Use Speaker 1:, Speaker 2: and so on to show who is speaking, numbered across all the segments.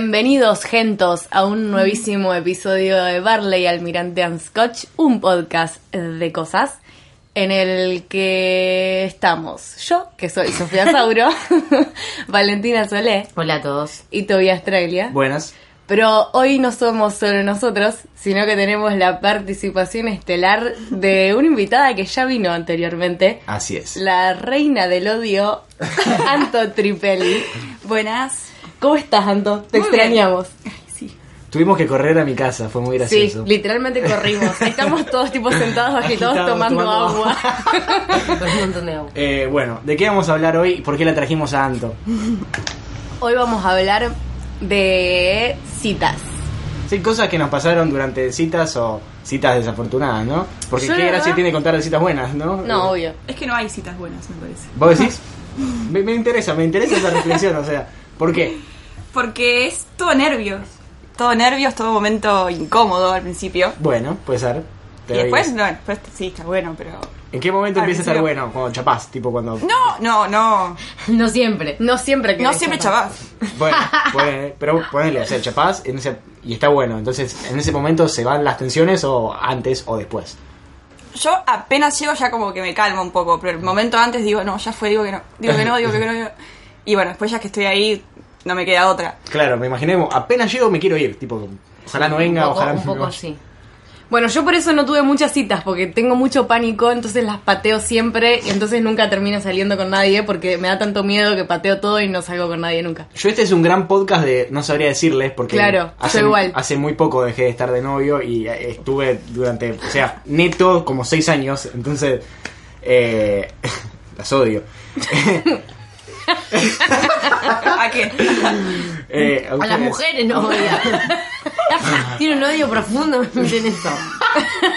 Speaker 1: Bienvenidos, gentos, a un nuevísimo episodio de Barley Almirante and Scotch, un podcast de cosas en el que estamos yo, que soy Sofía Sauro, Valentina Solé
Speaker 2: Hola a todos.
Speaker 1: y Tobias Traglia.
Speaker 3: Buenas.
Speaker 1: Pero hoy no somos solo nosotros, sino que tenemos la participación estelar de una invitada que ya vino anteriormente,
Speaker 3: Así es.
Speaker 1: la reina del odio, Anto Tripelli.
Speaker 4: Buenas.
Speaker 1: ¿Cómo estás, Anto? Te
Speaker 4: Muy bien.
Speaker 1: extrañamos.
Speaker 4: Sí.
Speaker 3: Tuvimos que correr a mi casa, fue muy gracioso.
Speaker 1: Sí, literalmente corrimos. Estamos todos tipo sentados agitados
Speaker 3: Agitados,
Speaker 1: tomando,
Speaker 3: tomando
Speaker 1: agua.
Speaker 2: Con un montón de agua.
Speaker 3: Eh, bueno, ¿de qué vamos a hablar hoy y por qué la trajimos a Anto?
Speaker 1: Hoy vamos a hablar de citas.
Speaker 3: Sí, cosas que nos pasaron durante citas o citas desafortunadas, ¿no? Porque
Speaker 1: Yo,
Speaker 3: qué
Speaker 1: la
Speaker 3: gracia
Speaker 1: verdad-
Speaker 3: tiene contar de citas buenas, ¿no?
Speaker 1: No,
Speaker 3: Eh,
Speaker 1: obvio.
Speaker 4: Es que no hay citas buenas, me parece.
Speaker 3: ¿Vos decís? Me, me interesa, me interesa esa reflexión, o sea, ¿por qué?
Speaker 4: Porque es todo nervios. Todo nervios, todo momento incómodo al principio.
Speaker 3: Bueno, puede ser. te
Speaker 4: Y
Speaker 3: doy
Speaker 4: después,
Speaker 3: eso.
Speaker 4: no, después sí, está bueno, pero...
Speaker 3: ¿En qué momento
Speaker 4: Al
Speaker 3: empieza a estar
Speaker 4: principio-
Speaker 3: bueno? Cuando chapás, tipo cuando...
Speaker 4: No, no, no.
Speaker 2: No siempre.
Speaker 1: No siempre que
Speaker 4: No siempre chavás.
Speaker 3: Bueno, puede- pero ponele, o sea, chapás en ese- y está bueno. Entonces, ¿en ese momento se van las tensiones o antes o después?
Speaker 4: Yo apenas llego ya como que me calmo un poco, pero el momento antes digo, no, ya fue, digo que no, digo que no, digo que no. digo- Y bueno, después ya que estoy ahí, no me queda otra.
Speaker 3: Claro, me imaginé, como, apenas llego me quiero ir, tipo, ojalá no venga,
Speaker 2: un poco,
Speaker 3: ojalá
Speaker 2: Un
Speaker 3: no
Speaker 2: poco sí.
Speaker 1: Bueno, yo por eso no tuve muchas citas, porque tengo mucho pánico, entonces las pateo siempre y entonces nunca termino saliendo con nadie porque me da tanto miedo que pateo todo y no salgo con nadie nunca.
Speaker 3: Yo este es un gran podcast de, no sabría decirles, porque
Speaker 1: Claro,
Speaker 3: hace,
Speaker 1: yo igual.
Speaker 3: hace muy poco dejé de estar de novio y eh, estuve durante, o sea, neto como seis años, entonces, eh, las odio.
Speaker 4: ¿A qué?
Speaker 3: Eh,
Speaker 2: A las
Speaker 3: ustedes-
Speaker 2: mujeres no odia. Tiene un odio profundo en esto.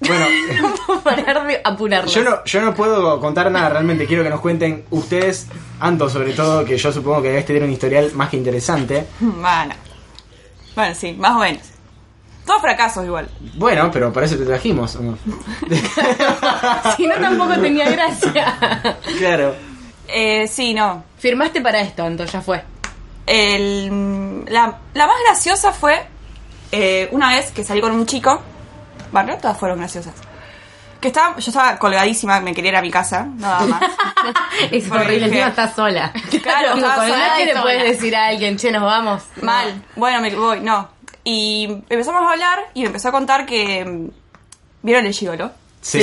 Speaker 3: Bueno,
Speaker 1: No puedo parar de apurarlo.
Speaker 3: yo no, yo no puedo contar nada, realmente quiero que nos cuenten ustedes, Anto sobre todo, que yo supongo que debes tener un historial más que interesante.
Speaker 4: Bueno. Bueno, sí, más o menos. Todos fracasos igual.
Speaker 3: Bueno, pero para eso te trajimos, ¿o no?
Speaker 1: Si no, tampoco tenía gracia.
Speaker 3: Claro.
Speaker 4: Eh, sí, no.
Speaker 1: Firmaste para esto, Anto, ya fue.
Speaker 4: El, mm, la, la más graciosa fue eh, una vez que salí con un chico. Bueno, no todas fueron graciosas. Que estaba, yo estaba colgadísima, me quería ir a mi casa, nada más.
Speaker 2: Es
Speaker 4: Porque
Speaker 2: horrible,
Speaker 4: dije-
Speaker 2: encima está sola.
Speaker 4: Claro,
Speaker 1: Digo,
Speaker 4: estaba
Speaker 1: con
Speaker 4: sola
Speaker 1: nada
Speaker 4: y
Speaker 1: que le
Speaker 4: sola.
Speaker 1: puedes decir a alguien, che, nos vamos.
Speaker 4: Mal. Bueno, me voy, no. Y empezamos a hablar y me empezó a contar que. mm, ¿Vieron el gigolo?
Speaker 3: Sí.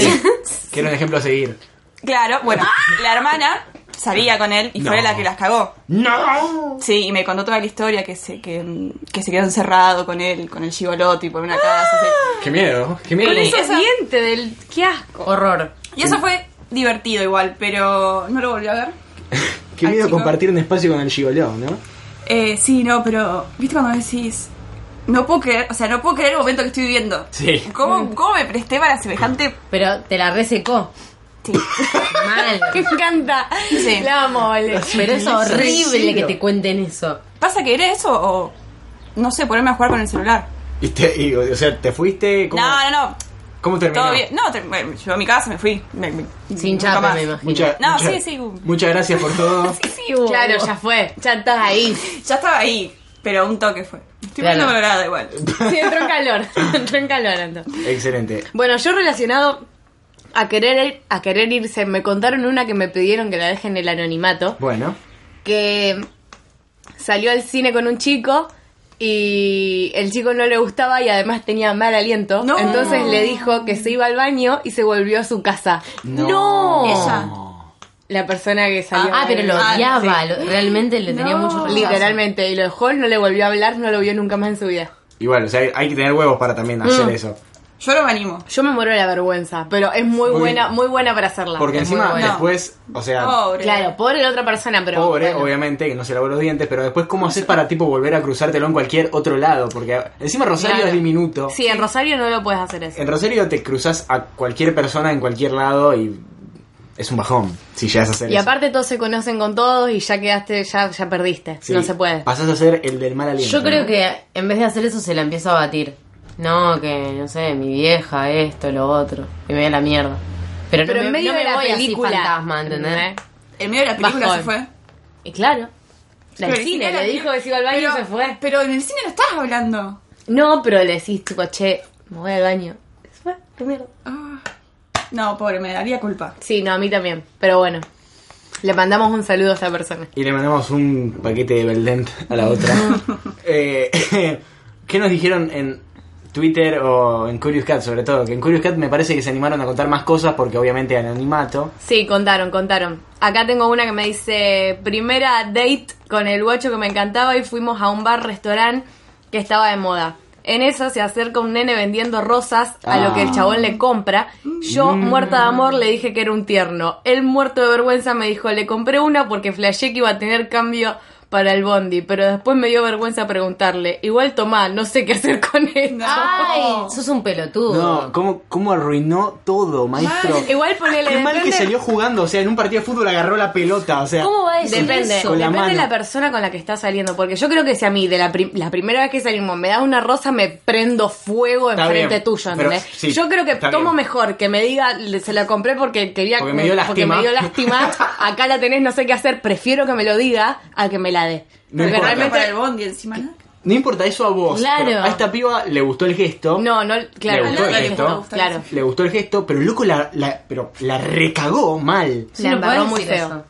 Speaker 3: que era un ejemplo a seguir.
Speaker 4: Claro, bueno, la hermana salía con él y fue
Speaker 3: No.
Speaker 4: la que las cagó.
Speaker 3: ¡No!
Speaker 4: Sí, y me contó toda la historia que se, que, mm, que se quedó encerrado con él, con el gigolo, tipo, en una casa. así.
Speaker 3: ¡Qué miedo! ¡Qué miedo!
Speaker 1: Con
Speaker 4: Sí,
Speaker 1: esos
Speaker 4: esa-
Speaker 1: dientes del... ¡Qué asco!
Speaker 2: Horror.
Speaker 4: Y eso fue divertido igual, pero no lo volví a ver.
Speaker 3: ¡Qué
Speaker 4: Ay,
Speaker 3: miedo
Speaker 4: chico.
Speaker 3: compartir un espacio con el gigolón, ¿no?
Speaker 4: Eh, sí, no, pero viste cuando decís, no puedo creer, o sea, no puedo creer el momento que estoy viviendo.
Speaker 3: Sí.
Speaker 4: ¿Cómo, cómo me presté para semejante?
Speaker 2: Pero te la resecó.
Speaker 4: Sí.
Speaker 2: Mal.
Speaker 1: Me encanta.
Speaker 4: Sí.
Speaker 1: La amo, Ale.
Speaker 2: Pero es horrible que te cuenten eso.
Speaker 4: ¿Pasa que era eso o no sé ponerme a jugar con el celular?
Speaker 3: Y te, y, o sea, ¿te fuiste? ¿Cómo,
Speaker 4: No, no, no.
Speaker 3: ¿cómo terminó?
Speaker 4: Todo bien. No, te- bueno, yo a mi casa me fui. Me, me-
Speaker 2: Sin
Speaker 4: nunca
Speaker 2: chapa,
Speaker 4: más.
Speaker 2: me imagino.
Speaker 3: Mucha-
Speaker 4: No,
Speaker 3: mucha-
Speaker 4: sí, sí.
Speaker 3: Muchas gracias por todo.
Speaker 1: Claro,
Speaker 2: Oh.
Speaker 1: ya fue. Ya estás ahí.
Speaker 4: Ya estaba ahí, pero un toque fue. Estoy
Speaker 2: Claro.
Speaker 4: poniendo colorada igual.
Speaker 1: Sí, entró en calor. Entró en calor, Anto.
Speaker 3: Excelente.
Speaker 1: Bueno, yo relacionado a querer, a querer irse, me contaron una que me pidieron que la deje en el anonimato.
Speaker 3: Bueno.
Speaker 1: que salió al cine con un chico y el chico no le gustaba y además tenía mal aliento.
Speaker 4: No.
Speaker 1: Entonces le dijo que se iba al baño y se volvió a su casa.
Speaker 3: No.
Speaker 4: Ella.
Speaker 1: La persona que salió.
Speaker 2: Ah, pero lo
Speaker 1: Ah,
Speaker 2: odiaba. lo- realmente le tenía
Speaker 4: No.
Speaker 2: mucho rechazo.
Speaker 1: Literalmente, y lo dejó, no le volvió a hablar, no lo vio nunca más en su vida.
Speaker 3: Igual, o sea, hay- hay que tener huevos para
Speaker 2: Mm.
Speaker 3: también hacer eso.
Speaker 4: Yo no me animo.
Speaker 1: Yo me muero de la vergüenza, pero es muy,
Speaker 3: Muy-
Speaker 1: buena, muy buena para hacerla.
Speaker 3: Porque
Speaker 1: Es muy
Speaker 3: encima
Speaker 1: buena.
Speaker 3: después, o sea,
Speaker 4: Pobre.
Speaker 1: Claro, pobre la otra persona, pero.
Speaker 3: pobre,
Speaker 1: bueno.
Speaker 3: obviamente, que no se lavó los dientes, pero después, ¿cómo haces para, tipo, volver a cruzártelo en cualquier otro lado? Porque encima Rosario
Speaker 1: Claro.
Speaker 3: es diminuto.
Speaker 1: Sí, en Rosario no lo puedes hacer eso.
Speaker 3: En Rosario te cruzas a cualquier persona en cualquier lado y es un bajón si llegas a hacer
Speaker 1: Y
Speaker 3: eso.
Speaker 1: aparte todos se conocen con todos y ya quedaste, ya, ya perdiste.
Speaker 3: Sí, Ah.
Speaker 1: No se puede.
Speaker 3: Pasás a ser el del mal aliento.
Speaker 2: Yo creo
Speaker 3: ¿no?
Speaker 2: que en vez de hacer eso se la empiezo a batir. No, que no sé, mi vieja, esto, lo otro. Y me voy a la mierda. Pero, no
Speaker 1: Pero
Speaker 2: me,
Speaker 1: en medio
Speaker 2: no me
Speaker 1: de la
Speaker 2: voy
Speaker 1: película. ¿eh?
Speaker 2: así fantasma, ¿entendés?
Speaker 1: ¿Entendés?
Speaker 4: En medio de la película
Speaker 1: Bajón.
Speaker 4: se fue.
Speaker 2: Y claro.
Speaker 1: La
Speaker 4: Pero
Speaker 1: del cine,
Speaker 4: era-
Speaker 1: le dijo que se iba al baño y
Speaker 4: Pero-
Speaker 1: se fue.
Speaker 4: Pero en el cine no estás hablando.
Speaker 1: No, pero le decís tipo, che, me voy al baño. Se fue, tu mierda.
Speaker 4: Ah. No, pobre, me daría culpa.
Speaker 1: Sí, no, a mí también. Pero bueno, le mandamos un saludo a esa persona.
Speaker 3: Y le mandamos un paquete de Beldent a la otra. Eh, ¿Qué nos dijeron en Twitter o en Curious Cat sobre todo? Que en Curious Cat me parece que se animaron a contar más cosas porque obviamente anonimato.
Speaker 1: Sí, contaron, contaron. Acá tengo una que me dice, primera date con el guacho que me encantaba y fuimos a un bar-restaurante que estaba de moda. En esa se acerca un nene vendiendo rosas a lo que
Speaker 3: Ah.
Speaker 1: el chabón le compra. Yo,
Speaker 3: Mm.
Speaker 1: muerta de amor, le dije que era un tierno. Él, muerto de vergüenza, me dijo, le compré una porque flashé que iba a tener cambio para el bondi. Pero después me dio vergüenza preguntarle. Igual tomá, no sé qué hacer con esto.
Speaker 2: Ay, sos un pelotudo.
Speaker 3: No, ¿cómo, cómo arruinó todo, maestro?
Speaker 4: Mal.
Speaker 1: Igual ponele...
Speaker 3: Qué mal que
Speaker 1: depende-
Speaker 3: salió jugando, o sea, en un partido de fútbol agarró la pelota, o sea...
Speaker 2: ¿Cómo va a decir
Speaker 1: Depende,
Speaker 2: eso?
Speaker 3: Con la
Speaker 1: depende de
Speaker 3: mano.
Speaker 1: la persona con la que estás saliendo. Porque yo creo que si a mí, de la, prim- la primera vez que salimos, me das una rosa, me prendo fuego
Speaker 3: Está
Speaker 1: enfrente
Speaker 3: bien,
Speaker 1: tuyo,
Speaker 3: pero
Speaker 1: ¿entendés?
Speaker 3: sí,
Speaker 1: yo creo que
Speaker 3: está
Speaker 1: tomo
Speaker 3: bien.
Speaker 1: mejor que me diga, le- se la compré porque quería.
Speaker 3: Porque me dio
Speaker 1: porque
Speaker 3: lástima.
Speaker 1: me dio lástima, Acá la tenés, no sé qué hacer. Prefiero que me lo diga a que me la dé.
Speaker 3: No
Speaker 1: porque
Speaker 3: importa.
Speaker 1: realmente.
Speaker 4: Para el bondi encima, ¿no?
Speaker 3: No importa eso a vos.
Speaker 1: Claro.
Speaker 3: pero A esta piba le gustó el gesto.
Speaker 1: No, no, claro.
Speaker 3: Le gustó
Speaker 1: no,
Speaker 3: el
Speaker 1: no,
Speaker 3: gesto.
Speaker 1: no, Claro.
Speaker 3: Le gustó el gesto, pero el loco la, la- pero la recagó mal.
Speaker 1: La
Speaker 2: no
Speaker 1: embarró
Speaker 2: podés
Speaker 1: muy
Speaker 2: decir
Speaker 1: feo.
Speaker 2: eso.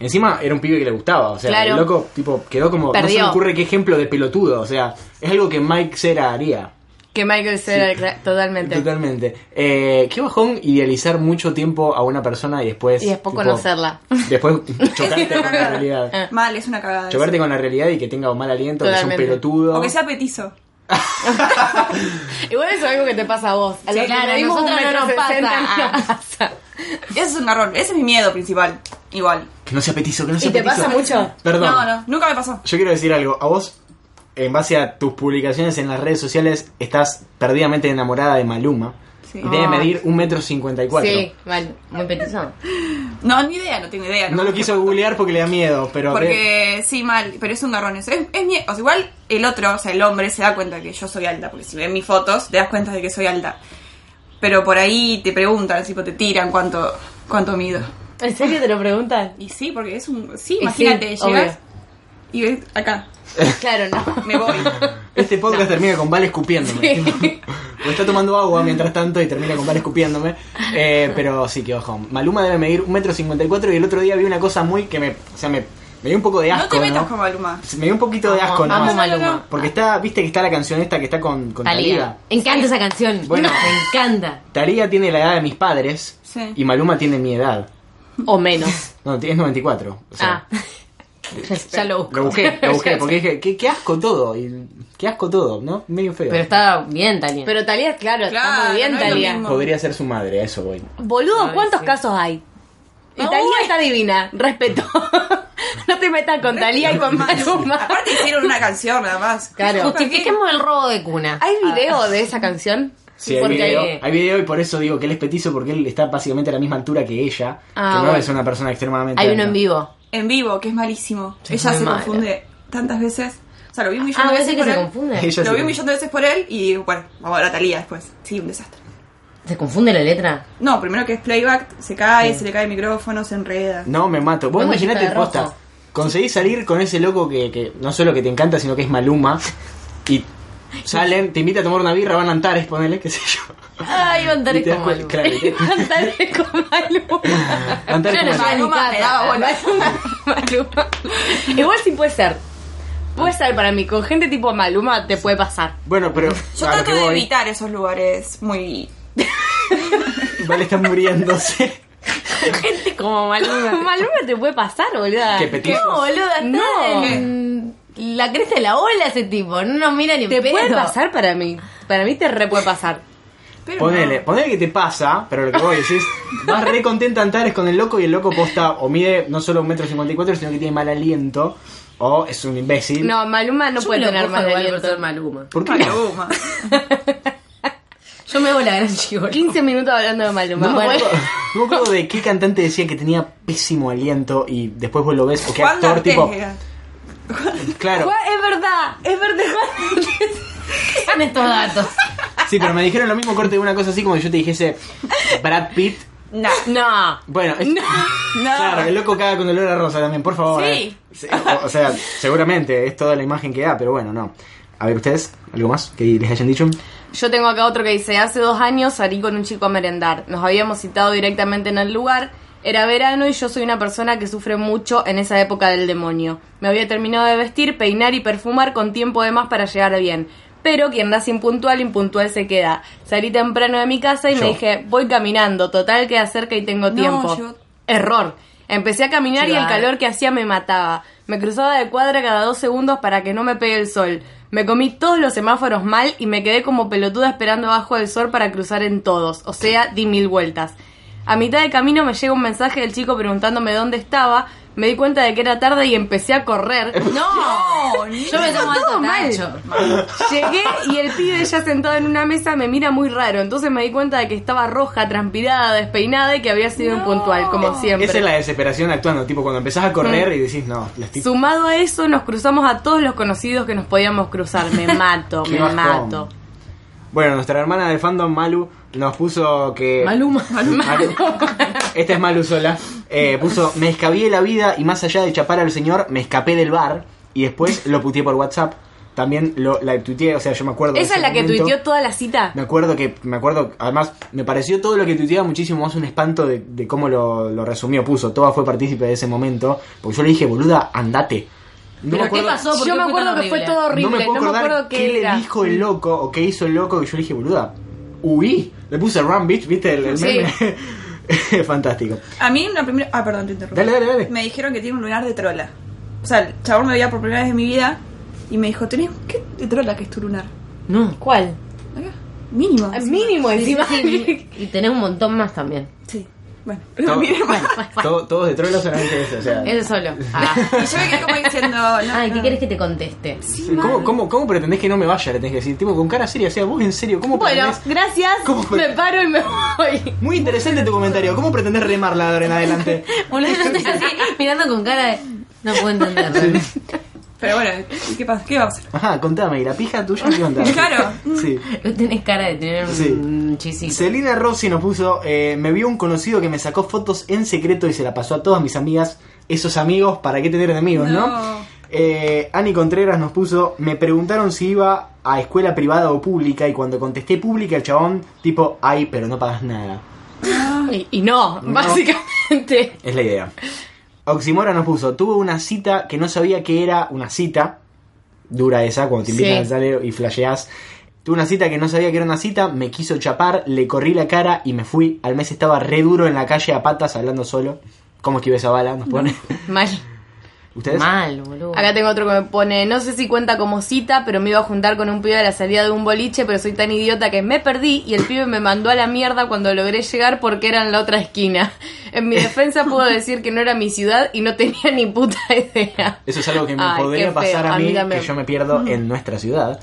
Speaker 3: Encima era un pibe que le gustaba, o sea,
Speaker 1: Claro.
Speaker 3: el loco tipo quedó como no se
Speaker 1: Perdió.
Speaker 3: me ocurre qué ejemplo de pelotudo, o sea, es algo que Mike Cera haría.
Speaker 1: Que Michael Cera, cla- totalmente.
Speaker 3: Totalmente. Eh, qué bajón idealizar mucho tiempo a una persona y después
Speaker 1: Y después conocerla.
Speaker 3: Después chocarte con la
Speaker 1: Ah.
Speaker 3: realidad.
Speaker 4: Mal, es una cagada. eso.
Speaker 3: Chocarte con la realidad y que tenga un mal aliento,
Speaker 1: Totalmente.
Speaker 3: que sea un pelotudo.
Speaker 4: O que sea petizo.
Speaker 1: Igual eso es algo que te pasa a vos. A
Speaker 2: Sí,
Speaker 1: lo que
Speaker 2: claro,
Speaker 1: medimos un
Speaker 2: nosotros no
Speaker 1: metro
Speaker 2: nos pasa.
Speaker 1: sesenta, no
Speaker 2: Ah.
Speaker 1: pasa.
Speaker 4: Ese es un garrón. Ese es mi miedo principal. Igual.
Speaker 3: Que no sea petizo, que no sea
Speaker 1: ¿Y te
Speaker 3: petizo.
Speaker 1: pasa mucho?
Speaker 3: Perdón.
Speaker 4: No, no, nunca me pasó.
Speaker 3: Yo quiero decir algo. A vos, en base a tus publicaciones en las redes sociales, estás perdidamente enamorada de Maluma.
Speaker 4: Sí. Ah.
Speaker 3: Y debe medir un metro cincuenta y cuatro.
Speaker 1: Sí, mal.
Speaker 2: Muy petizo.
Speaker 4: No, ni idea, no tengo idea.
Speaker 3: No lo quiso googlear porque le da miedo, pero...
Speaker 4: Porque sí, mal, pero es un garrón eso. Es, es mie- o sea, igual el otro, o sea, el hombre se da cuenta que yo soy alta, porque si ven mis fotos, te das cuenta de que soy alta. Pero por ahí te preguntan, tipo, te tiran cuánto, cuánto mido.
Speaker 1: ¿En serio te lo preguntan?
Speaker 4: Y sí, porque es un. Sí,
Speaker 1: Y
Speaker 4: imagínate,
Speaker 1: sí,
Speaker 4: llegas
Speaker 1: obvio.
Speaker 4: y ves acá,
Speaker 1: Claro, no.
Speaker 4: me voy.
Speaker 3: Este podcast termina con Val escupiéndome. O está tomando agua mientras tanto y termina con Val escupiéndome. Eh, pero sí, que ojo. Maluma debe medir un metro cincuenta y cuatro y el otro día vi una cosa muy que me... O sea, me, me dio un poco de
Speaker 4: no
Speaker 3: asco,
Speaker 4: te
Speaker 3: ¿no?
Speaker 4: metas con Maluma.
Speaker 3: Me dio un poquito de asco,
Speaker 2: Amo
Speaker 3: nomás.
Speaker 2: Maluma.
Speaker 3: Porque está... Viste que está la canción esta que está con, con Thalía.
Speaker 2: Talía. Encanta esa canción.
Speaker 3: Bueno.
Speaker 2: me encanta.
Speaker 3: Taría tiene la edad de mis padres
Speaker 4: Sí.
Speaker 3: y Maluma tiene mi edad.
Speaker 1: O menos.
Speaker 3: No, es 94. O sea,
Speaker 1: ah. ya lo busco.
Speaker 3: Lo busqué, lo busqué, porque dije, qué, qué asco todo, y, qué asco todo, ¿no? Medio feo.
Speaker 2: Pero está bien, Talía.
Speaker 1: Pero Talía, claro, está
Speaker 4: Claro,
Speaker 1: muy bien,
Speaker 4: no es lo
Speaker 1: Talía.
Speaker 4: mismo.
Speaker 3: Podría ser su madre, a eso voy.
Speaker 1: Boludo,
Speaker 2: Ay,
Speaker 1: ¿cuántos
Speaker 2: sí.
Speaker 1: casos hay? Y
Speaker 4: No,
Speaker 1: Talía
Speaker 4: bueno.
Speaker 1: está divina, respeto. no te metas con Talía y con
Speaker 2: Ah,
Speaker 1: Maluma.
Speaker 4: Aparte hicieron una canción nada más.
Speaker 1: Claro.
Speaker 2: Justifiquemos el robo de cuna.
Speaker 1: ¿Hay video de esa canción?
Speaker 3: Sí, hay
Speaker 2: Porque-
Speaker 3: video, hay video y por eso digo que él es petizo porque él está básicamente a la misma altura que ella,
Speaker 1: Ah,
Speaker 3: que no
Speaker 1: bueno.
Speaker 3: es una persona extremadamente
Speaker 2: Hay
Speaker 3: alta.
Speaker 2: uno en vivo.
Speaker 4: En vivo, que es malísimo.
Speaker 2: Sí,
Speaker 4: Ella
Speaker 2: muy
Speaker 4: se
Speaker 2: malo.
Speaker 4: confunde tantas veces. O sea, lo vi un millón
Speaker 2: Ah,
Speaker 4: de
Speaker 2: veces que
Speaker 4: veces. por
Speaker 2: se
Speaker 4: él.
Speaker 2: confunde.
Speaker 3: Ella
Speaker 4: Lo
Speaker 3: sí.
Speaker 4: vi un millón de veces por él y bueno, vamos a ver a Talía después. Sí, un desastre.
Speaker 2: ¿Se confunde la letra?
Speaker 4: No, primero que es playback, se cae, se le cae el micrófono, se enreda.
Speaker 3: No, me mato. Vos
Speaker 2: Vamos,
Speaker 3: imaginate,
Speaker 2: está de rojo.
Speaker 3: posta, conseguís salir con ese loco que, que no solo que te encanta, sino que es Maluma, y salen, te invita a tomar una birra, van a Antares, ponele, qué sé yo.
Speaker 2: Ah, Iván
Speaker 3: Y te das
Speaker 2: como
Speaker 3: cuenta-
Speaker 2: algo.
Speaker 3: claro, y te-
Speaker 1: Cantaré con Maluma.
Speaker 3: Antares
Speaker 2: Claro,
Speaker 3: como-
Speaker 2: vale.
Speaker 4: Maluma me daba bola.
Speaker 1: Maluma. Igual sí puede ser. Puede ser para mí. Con gente tipo Maluma te puede pasar.
Speaker 3: Bueno, pero.
Speaker 4: Yo
Speaker 3: a lo
Speaker 4: trato
Speaker 3: que
Speaker 4: de
Speaker 3: voy,
Speaker 4: evitar esos lugares muy...
Speaker 3: Vale, está muriéndose.
Speaker 2: Gente como Maluma.
Speaker 1: Maluma te puede pasar, boluda.
Speaker 3: Qué petizo.
Speaker 2: No, boluda, está
Speaker 1: No.
Speaker 2: en la cresta de la ola ese tipo. No nos mira ni
Speaker 1: Te
Speaker 2: pedo.
Speaker 1: puede pasar para mí. Para mí te re puede pasar.
Speaker 4: Pero
Speaker 3: Ponele, ponele que te pasa, pero lo que vos decís, vas re contenta a Antares con el loco y el loco posta o mide no solo un metro cincuenta y cuatro, sino que tiene mal aliento, o es un imbécil.
Speaker 1: No, Maluma no
Speaker 2: Yo
Speaker 1: puede
Speaker 2: me lo
Speaker 1: tener
Speaker 2: cojo
Speaker 1: más
Speaker 2: igual por
Speaker 1: aliento.
Speaker 2: ser Maluma.
Speaker 3: ¿Por qué?
Speaker 4: no.
Speaker 3: no?
Speaker 4: Maluma.
Speaker 2: Yo me hago la gran chivola.
Speaker 1: 15 minutos hablando de Maluma.
Speaker 3: No me,
Speaker 1: Bueno,
Speaker 3: acuerdo, no me acuerdo de qué cantante decía que tenía pésimo aliento y después vos lo ves, o qué
Speaker 4: Juan
Speaker 3: actor tipo.
Speaker 4: Ortega.
Speaker 3: Claro.
Speaker 1: Juan, es verdad, es verdad. Juan.
Speaker 2: están estos datos?
Speaker 3: Sí, pero me dijeron lo mismo corte de una cosa así como si yo te dijese Brad Pitt
Speaker 4: No.
Speaker 2: No.
Speaker 3: Bueno, es- claro, el loco caga con olor a rosa también, por favor.
Speaker 4: Sí.
Speaker 3: eh. Sí, O, o sea, seguramente es toda la imagen que da, pero bueno, no. A ver, ustedes, algo más que les hayan dicho.
Speaker 1: Yo tengo acá otro que dice, hace dos años salí con un chico a merendar. Nos habíamos citado directamente en el lugar. Era verano y yo soy una persona que sufre mucho en esa época del demonio. Me había terminado de vestir, peinar y perfumar con tiempo de más para llegar bien. Pero quien nace impuntual, impuntual se queda. Salí temprano de mi casa y
Speaker 3: Yo.
Speaker 1: me dije, voy caminando, total queda cerca y tengo
Speaker 4: No,
Speaker 1: tiempo.
Speaker 4: yo-
Speaker 1: Error. Empecé a caminar y el
Speaker 2: Claro.
Speaker 1: calor que hacía me mataba. Me cruzaba de cuadra cada dos segundos para que no me pegue el sol. Me comí todos los semáforos mal y me quedé como pelotuda esperando bajo el sol para cruzar en todos. O sea, di mil vueltas. A mitad de camino me llega un mensaje del chico preguntándome dónde estaba. Me di cuenta de que era tarde y empecé a correr.
Speaker 2: No.
Speaker 4: ni-
Speaker 2: Yo me tomo
Speaker 1: Todo
Speaker 2: alto
Speaker 1: mal.
Speaker 2: tacho.
Speaker 1: Llegué y el pibe ya sentado en una mesa me mira muy raro. Entonces me di cuenta de que estaba roja, transpirada, despeinada y que había sido impuntual, como siempre.
Speaker 3: Esa es la desesperación actuando, tipo cuando empezás a correr y decís, no, la estoy...
Speaker 1: Sumado a eso, nos cruzamos a todos los conocidos que nos podíamos cruzar. Me mato,
Speaker 3: Qué
Speaker 1: me
Speaker 3: bajón.
Speaker 1: mato.
Speaker 3: Bueno, nuestra hermana de fandom, Malu, nos puso que...
Speaker 2: Maluma. Maluma.
Speaker 3: Malu. Esta es Malu sola. Eh, puso, me escabié la vida y más allá de chapar al señor, me escapé del bar y después lo puteé por WhatsApp. También lo, la tuiteé, o sea, yo me acuerdo... de
Speaker 1: ¿Esa es
Speaker 3: ese
Speaker 1: la que
Speaker 3: momento.
Speaker 1: tuiteó toda la cita?
Speaker 3: Me acuerdo que, me acuerdo, además, me pareció todo lo que tuiteaba muchísimo más un espanto de, de cómo lo, lo resumió, puso. Toda fue partícipe de ese momento, porque yo le dije, boluda, andate.
Speaker 2: ¿Pero
Speaker 3: No me
Speaker 2: qué
Speaker 3: acuerdo-
Speaker 2: pasó? ¿Por
Speaker 1: Yo me
Speaker 2: qué fue tan
Speaker 1: acuerdo que fue
Speaker 2: horrible?
Speaker 1: todo horrible,
Speaker 3: no me puedo acordar
Speaker 1: qué,
Speaker 3: qué,
Speaker 1: era.
Speaker 3: le dijo el loco o qué hizo el loco que yo le dije, boluda, huí. Le puse run, bitch, ¿viste el, el
Speaker 1: Sí.
Speaker 3: meme? Fantástico.
Speaker 4: A mí la primera... Ah, perdón, te interrumpí.
Speaker 3: Dale, dale, dale.
Speaker 4: Me dijeron que tiene un lunar de trola. O sea, el chabón me veía por primera vez en mi vida y me dijo, ¿tenés qué de trola que es tu lunar?
Speaker 2: No.
Speaker 1: ¿Cuál?
Speaker 4: Acá, mínimo.
Speaker 2: Ah,
Speaker 1: Al mínimo
Speaker 2: Sí,
Speaker 1: encima.
Speaker 2: sí, Y tenés un montón más también.
Speaker 4: Sí, bueno.
Speaker 3: Todo-
Speaker 4: Mínimo.
Speaker 3: todo- todos de trolos solamente eso, o sea.
Speaker 2: Ese solo. Ah.
Speaker 4: Y yo me quedé como diciendo, no,
Speaker 2: Ay, ¿qué
Speaker 4: no.
Speaker 2: querés que te conteste?
Speaker 3: ¿Cómo, cómo, ¿Cómo pretendés que no me vaya? Le tenés que decir, tipo, con cara seria, o sea, vos en serio, ¿cómo
Speaker 1: Bueno,
Speaker 3: pretendés?
Speaker 1: gracias.
Speaker 3: ¿Cómo fue?
Speaker 1: Me paro y me voy.
Speaker 3: Muy interesante tu comentario, ¿cómo pretendés remarla de ahora en adelante?
Speaker 2: Boludo, yo estoy así, mirando con cara de. No puedo entenderlo.
Speaker 4: Pero bueno, ¿qué pasa? ¿Qué va a hacer?
Speaker 3: Ajá, contame, ¿y la pija tuya qué onda?
Speaker 4: Claro.
Speaker 3: Sí.
Speaker 2: No tenés cara de tener un,
Speaker 3: Sí.
Speaker 2: un chisito.
Speaker 3: Celina Rossi nos puso, eh, me vio un conocido que me sacó fotos en secreto y se la pasó a todas mis amigas. Esos amigos, ¿para qué tener enemigos, no?
Speaker 4: No.
Speaker 3: Eh, Ani Contreras nos puso, me preguntaron si iba a escuela privada o pública y cuando contesté pública el chabón, tipo, ay, pero no pagas nada.
Speaker 1: Y, y no,
Speaker 3: No.
Speaker 1: básicamente.
Speaker 3: Es la idea. Oximora nos puso, tuvo una cita que no sabía que era una cita. Dura esa, cuando te invitan
Speaker 1: Sí.
Speaker 3: a salir y flasheás. Tuve una cita que no sabía que era una cita, me quiso chapar, le corrí la cara y me fui. Al mes estaba re duro en la calle a patas hablando solo. ¿Cómo esquivé esa bala? Nos pone.
Speaker 1: Mal.
Speaker 3: ¿Ustedes?
Speaker 2: Mal, boludo.
Speaker 1: Acá tengo otro que me pone, no sé si cuenta como cita, pero me iba a juntar con un pibe a la salida de un boliche, pero soy tan idiota que me perdí y el pibe me mandó a la mierda cuando logré llegar porque era en la otra esquina. En mi defensa puedo decir que no era mi ciudad y no tenía ni puta idea.
Speaker 3: Eso es algo que me
Speaker 1: Ay,
Speaker 3: podría
Speaker 1: qué feo.
Speaker 3: pasar a
Speaker 1: A mí
Speaker 3: mí, que
Speaker 1: también.
Speaker 3: yo me pierdo en nuestra ciudad.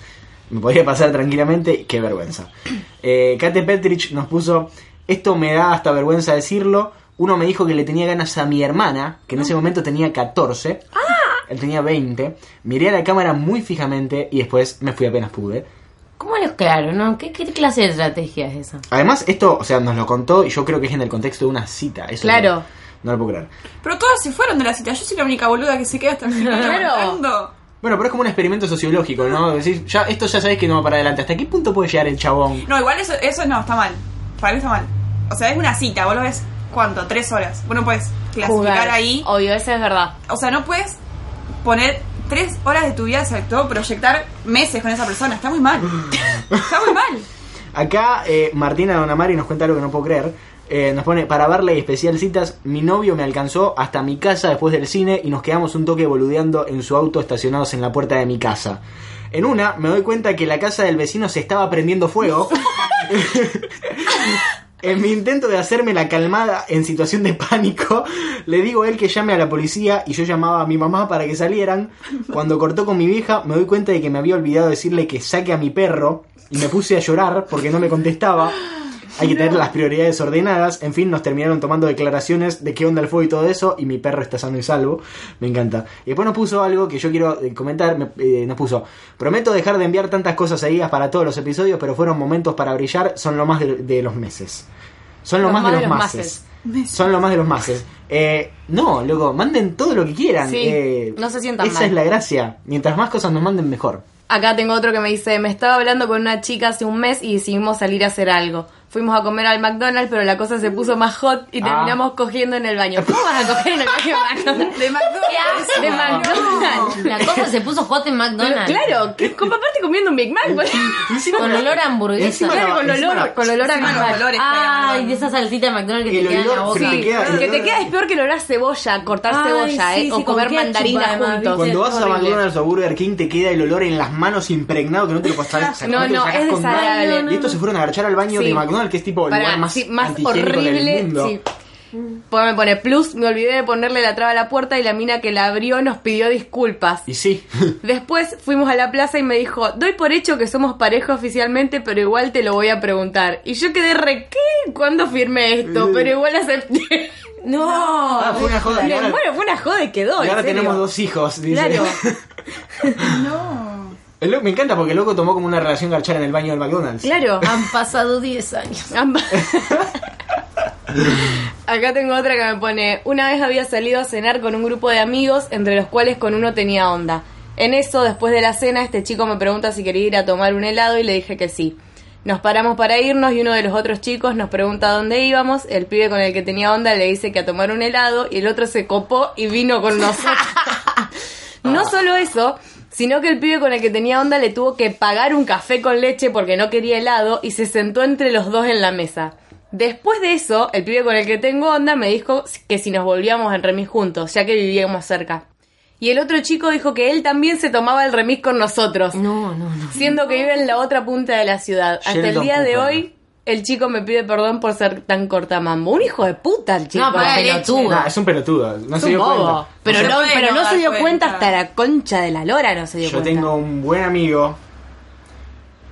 Speaker 3: Me podría pasar tranquilamente, qué vergüenza. Eh, Kate Petrich nos puso, esto me da hasta vergüenza decirlo. Uno me dijo que le tenía ganas a mi hermana, que
Speaker 1: Ah.
Speaker 3: en ese momento tenía 14. Él tenía 20. Miré a la cámara muy fijamente y después me fui apenas pude.
Speaker 2: ¿Cómo lo claro, no? ¿Qué, qué clase de estrategia es esa?
Speaker 3: Además, esto, o sea, nos lo contó y yo creo que es en el contexto de una cita. Eso
Speaker 1: Claro.
Speaker 3: No, no lo puedo creer.
Speaker 4: Pero todas se fueron de la cita. Yo soy la única boluda que se queda hasta el final.
Speaker 1: Claro.
Speaker 4: aguantando.
Speaker 3: Bueno, pero es como un experimento sociológico, ¿no? Decís, ya, esto ya sabés que no va para adelante. ¿Hasta qué punto puede llegar el chabón?
Speaker 4: No, igual eso, eso no, está mal. Para mí está mal. O sea, es una cita, vos lo ves, ¿cuánto? Tres horas. Vos no puedes clasificar
Speaker 1: Jugar.
Speaker 4: ahí.
Speaker 1: Obvio, eso es verdad.
Speaker 4: O sea, no puedes poner tres horas de tu vida, sobre todo proyectar meses con esa persona. Está muy mal. está muy mal.
Speaker 3: Acá eh, Martina Donamari nos cuenta algo que no puedo creer. Eh, nos pone, para verle especial citas, mi novio me alcanzó hasta mi casa después del cine y nos quedamos un toque boludeando en su auto estacionados en la puerta de mi casa. En una me doy cuenta que la casa del vecino se estaba prendiendo fuego. En mi intento de hacerme la calmada en situación de pánico, le digo a él que llame a la policía y yo llamaba a mi mamá para que salieran. Cuando cortó con mi vieja, me doy cuenta de que me había olvidado decirle que saque a mi perro y me puse a llorar porque no me contestaba. Hay que tener las prioridades ordenadas. En fin, nos terminaron tomando declaraciones de qué onda el fuego y todo eso. Y mi perro está sano y salvo. Me encanta. Y después nos puso algo que yo quiero eh, comentar. me- eh, nos puso: Prometo dejar de enviar tantas cosas seguidas para todos los episodios, pero fueron momentos para brillar. Son lo más de, de los meses. Son lo
Speaker 1: Los
Speaker 3: más, de los mases.
Speaker 1: mases.
Speaker 3: Son lo más de los mases. Eh, no, loco, manden todo lo que quieran.
Speaker 1: Sí,
Speaker 3: eh,
Speaker 1: no se sientan
Speaker 3: Esa
Speaker 1: mal.
Speaker 3: es la gracia. Mientras más cosas nos manden, mejor.
Speaker 1: Acá tengo otro que me dice, me estaba hablando con una chica hace un mes y decidimos salir a hacer algo. Fuimos a comer al McDonald's, pero la cosa se puso más hot y
Speaker 3: Ah.
Speaker 1: terminamos cogiendo en el baño. ¿Cómo vas a coger en el baño de McDonald's?
Speaker 4: De McDonald's.
Speaker 1: De McDonald's.
Speaker 2: La cosa se puso hot en
Speaker 1: Pero,
Speaker 2: McDonald's.
Speaker 1: claro, que- como aparte comiendo un Big Mac, boludo.
Speaker 3: Encima
Speaker 2: Con
Speaker 3: la-
Speaker 2: olor a hamburguesa.
Speaker 3: encima
Speaker 1: Claro,
Speaker 3: la-
Speaker 1: con
Speaker 3: encima
Speaker 1: olor,
Speaker 3: la-
Speaker 1: con olor a
Speaker 4: encima
Speaker 1: Big
Speaker 4: los
Speaker 1: Mac.
Speaker 4: olores que hay
Speaker 2: Ay,
Speaker 4: a McDonald's.
Speaker 2: de esa salsita de McDonald's que
Speaker 3: El
Speaker 2: te queda en la
Speaker 3: olor
Speaker 2: boca.
Speaker 3: que te
Speaker 1: Sí,
Speaker 3: queda-
Speaker 1: que te queda es peor que el olor a cebolla, eh, cortar
Speaker 2: Ay,
Speaker 1: cebolla,
Speaker 2: sí,
Speaker 1: eh,
Speaker 2: sí,
Speaker 1: o
Speaker 2: con
Speaker 1: comer
Speaker 2: ketchup,
Speaker 1: mandarinas
Speaker 2: además,
Speaker 1: juntos.
Speaker 2: ¿viste?
Speaker 3: Cuando vas a
Speaker 1: Horrible.
Speaker 3: McDonald's o Burger King te queda el olor en las manos impregnado que no te lo pasas.
Speaker 1: No,
Speaker 3: te lo
Speaker 1: no,
Speaker 3: sacás
Speaker 1: es
Speaker 3: con nada.
Speaker 1: desagradable.
Speaker 3: Y estos se fueron a agarrar al baño
Speaker 1: Sí.
Speaker 3: de McDonald's, que es tipo el
Speaker 1: Pará,
Speaker 3: lugar más,
Speaker 1: sí, más
Speaker 3: antihigiénico del
Speaker 1: horrible.
Speaker 3: mundo.
Speaker 1: Sí. Pues me pone plus, me olvidé de ponerle la traba a la puerta y la mina que la abrió nos pidió disculpas.
Speaker 3: Y sí.
Speaker 1: Después fuimos a la plaza y me dijo, doy por hecho que somos pareja oficialmente, pero igual te lo voy a preguntar. Y yo quedé re, ¿qué? ¿Cuándo firmé esto? Pero igual acepté. No.
Speaker 3: Ah, fue una joda. Y ahora-
Speaker 1: Bueno, fue una joda y quedó.
Speaker 3: y
Speaker 1: en
Speaker 3: ahora
Speaker 1: serio.
Speaker 3: tenemos dos hijos, dice.
Speaker 1: Claro.
Speaker 4: No.
Speaker 3: El lo- Me encanta porque el loco tomó como una relación garchar en el baño del McDonald's.
Speaker 1: Claro.
Speaker 2: Han pasado 10 años.
Speaker 1: Ambas. Acá tengo otra que me pone, una vez había salido a cenar con un grupo de amigos, entre los cuales con uno tenía onda. En eso, después de la cena, este chico me pregunta si quería ir a tomar un helado y le dije que sí. Nos paramos para irnos y uno de los otros chicos nos pregunta dónde íbamos, el pibe con el que tenía onda le dice que a tomar un helado y el otro se copó y vino con nosotros. No solo eso, sino que el pibe con el que tenía onda le tuvo que pagar un café con leche porque no quería helado y se sentó entre los dos en la mesa. Después de eso, el pibe con el que tengo onda me dijo que si nos volvíamos en remis juntos, ya que vivíamos cerca. Y el otro chico dijo que él también se tomaba el remis con nosotros,
Speaker 2: No, no, no.
Speaker 1: siendo que vive en la otra punta de la ciudad. Hasta el
Speaker 3: Sheldon
Speaker 1: día de
Speaker 3: Cooper.
Speaker 1: hoy, el chico me pide perdón por ser tan cortamambo. Un hijo de puta el chico.
Speaker 2: No, pero
Speaker 4: leche.
Speaker 2: pelotudo.
Speaker 3: Nah, es un pelotudo, no
Speaker 1: Es
Speaker 3: se
Speaker 1: un
Speaker 3: dio
Speaker 1: bobo.
Speaker 3: cuenta.
Speaker 1: Pero,
Speaker 4: No se
Speaker 1: no,
Speaker 4: puede
Speaker 1: pero
Speaker 4: no
Speaker 1: no se
Speaker 4: dar
Speaker 1: dio cuenta
Speaker 4: cuenta.
Speaker 1: hasta la concha de la lora, no se dio
Speaker 3: Yo
Speaker 1: cuenta.
Speaker 3: tengo un buen amigo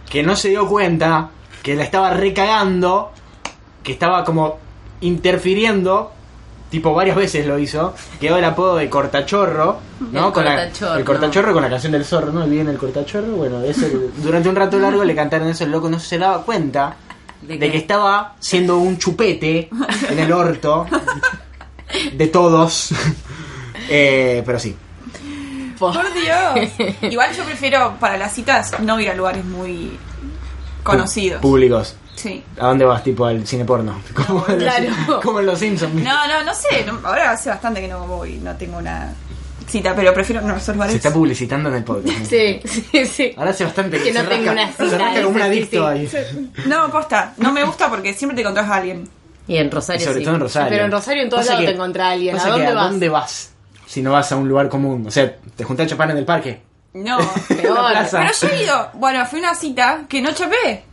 Speaker 3: que no se dio cuenta que la estaba recagando, que estaba como interfiriendo, tipo varias veces lo hizo, quedó el apodo de cortachorro, ¿no?
Speaker 2: El
Speaker 3: Con la-
Speaker 2: cortachorro.
Speaker 3: el cortachorro con la canción del zorro, ¿no? Viene el cortachorro, bueno, eso, durante un rato largo le cantaron eso, el loco no se daba cuenta
Speaker 2: ¿De
Speaker 3: de,
Speaker 2: qué?
Speaker 3: que estaba siendo un chupete en el orto de todos. Eh, pero sí.
Speaker 4: Por Dios. Igual yo prefiero para las citas no ir a lugares muy conocidos.
Speaker 3: Públicos.
Speaker 4: Sí.
Speaker 3: ¿A dónde vas? Tipo al cine porno. Como en los-
Speaker 1: claro.
Speaker 3: como en los Simpsons.
Speaker 4: No, no, no sé. no- ahora hace bastante que no voy, no tengo una cita, pero prefiero no esos lugares.
Speaker 3: Se está publicitando en el podcast.
Speaker 1: Sí, sí, sí.
Speaker 3: Ahora hace bastante
Speaker 1: Que no
Speaker 3: se
Speaker 1: tengo
Speaker 3: rasca-
Speaker 1: una
Speaker 3: Se
Speaker 1: cita,
Speaker 3: rasca como un
Speaker 1: dice,
Speaker 3: adicto
Speaker 1: sí,
Speaker 3: ahí.
Speaker 4: No, posta. No me gusta porque siempre te encontrás a alguien.
Speaker 2: Y en
Speaker 3: Y
Speaker 2: Rosario
Speaker 3: sobre
Speaker 2: sí.
Speaker 3: todo en Rosario.
Speaker 1: Pero en Rosario en todos
Speaker 3: Pasa
Speaker 1: lados
Speaker 3: que-
Speaker 1: te encontrás a alguien. ¿A
Speaker 3: pasa que
Speaker 1: dónde vas?
Speaker 3: dónde vas? Si no vas a un lugar común. O sea, te juntas a chapar en el parque.
Speaker 4: No.
Speaker 3: En la
Speaker 1: Peor.
Speaker 3: plaza.
Speaker 4: Pero yo he ido. Bueno, fui a una cita que no chapé.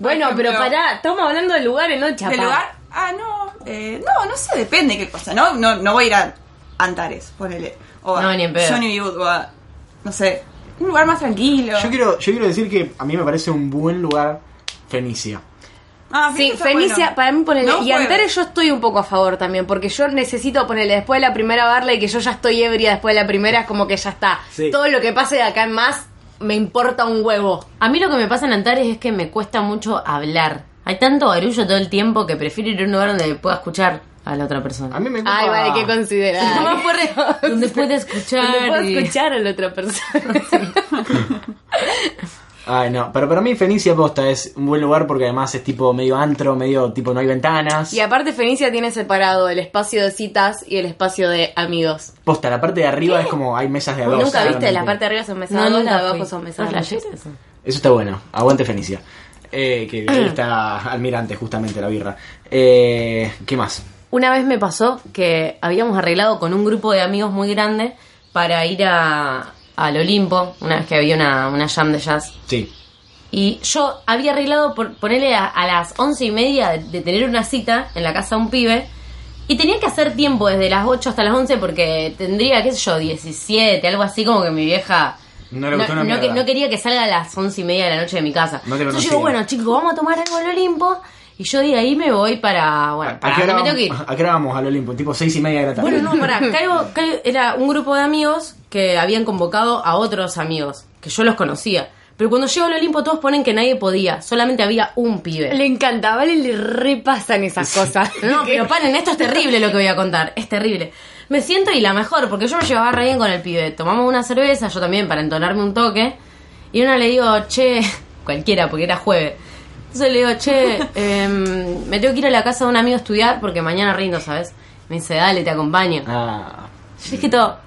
Speaker 1: Bueno,
Speaker 4: Por
Speaker 1: pero
Speaker 4: ejemplo,
Speaker 1: pará, estamos hablando del lugar en no chapa.
Speaker 4: ¿Del lugar? Ah, no. eh, no, no sé, depende qué cosa. No, no, no voy a ir a Antares, ponele. O a
Speaker 2: No, ni en pedo.
Speaker 4: Johnny Wood, o a. No sé. Un lugar más tranquilo.
Speaker 3: Yo quiero, yo quiero decir que a mí me parece un buen lugar Fenicia.
Speaker 4: Ah,
Speaker 1: Sí,
Speaker 4: está
Speaker 1: Fenicia,
Speaker 4: bueno.
Speaker 1: para mí ponele.
Speaker 4: No
Speaker 1: y Antares
Speaker 4: jueves.
Speaker 1: yo estoy un poco a favor también, porque yo necesito ponerle después de la primera barla y que yo ya estoy ebria después de la primera, es como que ya está.
Speaker 3: Sí.
Speaker 1: Todo lo que pase de acá en más me importa un huevo.
Speaker 2: A mí lo que me pasa en Antares es que me cuesta mucho hablar. Hay tanto barullo todo el tiempo que prefiero ir a un lugar donde pueda escuchar a la otra persona.
Speaker 3: A mí me gusta...
Speaker 1: Ay, vale, ¿qué considerar?
Speaker 2: No me acuerdo. Donde pueda escuchar.
Speaker 1: Donde puedo
Speaker 2: y-
Speaker 1: escuchar a la otra persona.
Speaker 3: Ay, no. Pero para mí Fenicia Posta es un buen lugar porque además es tipo medio antro, medio tipo no hay ventanas.
Speaker 1: y aparte Fenicia tiene separado el espacio de citas y el espacio de amigos.
Speaker 3: Posta, la parte de arriba es como hay mesas de a dos.
Speaker 1: Nunca viste,
Speaker 3: claramente.
Speaker 1: la parte de arriba son
Speaker 2: No,
Speaker 1: mesadas,
Speaker 2: no,
Speaker 1: la de abajo
Speaker 2: fui.
Speaker 1: son
Speaker 2: ¿No
Speaker 1: mesadas.
Speaker 2: flashés eso?
Speaker 3: Eso está bueno. Aguante Fenicia. Eh, que ahí está Almirante, justamente, la birra. Eh, ¿Qué más?
Speaker 2: Una vez me pasó que habíamos arreglado con un grupo de amigos muy grande para ir a, al Olimpo, una vez que había una, una jam de jazz.
Speaker 3: Sí.
Speaker 2: Y yo había arreglado por ponerle a, a las once y media de, de tener una cita en la casa de un pibe. Y tenía que hacer tiempo desde las 8 hasta las 11 porque tendría, qué sé yo, 17, algo así como que mi vieja...
Speaker 3: No le gustó una
Speaker 2: no, que-
Speaker 3: mierda.
Speaker 2: no quería que salga a las once y media de la noche de mi casa.
Speaker 3: No te lo
Speaker 2: Entonces yo digo,
Speaker 3: consigue.
Speaker 2: bueno, chicos, vamos a tomar algo al Olimpo. Y yo de ahí me voy para... Bueno, para
Speaker 3: qué hora
Speaker 2: donde me tengo
Speaker 3: vamos,
Speaker 2: que ir.
Speaker 3: a qué hora vamos al Olimpo? Tipo seis y media de la tarde.
Speaker 2: Bueno, no, pará. Caigo, caigo- era un grupo de amigos que habían convocado a otros amigos, que yo los conocía. Pero cuando llego al Olimpo todos ponen que nadie podía, solamente había un pibe.
Speaker 1: Le encanta, a Vale le repasan esas cosas.
Speaker 2: No, pero paren, esto es terrible lo que voy a contar. Es terrible. Me siento y la mejor, porque yo me llevaba re bien con el pibe. Tomamos una cerveza, yo también, para entonarme un toque. Y una le digo, che, cualquiera, porque era jueves. Entonces le digo, che, em, me tengo que ir a la casa de un amigo a estudiar porque mañana rindo, ¿sabes? Me dice, dale, te acompaño.
Speaker 3: Ah,
Speaker 2: Yo dije todo,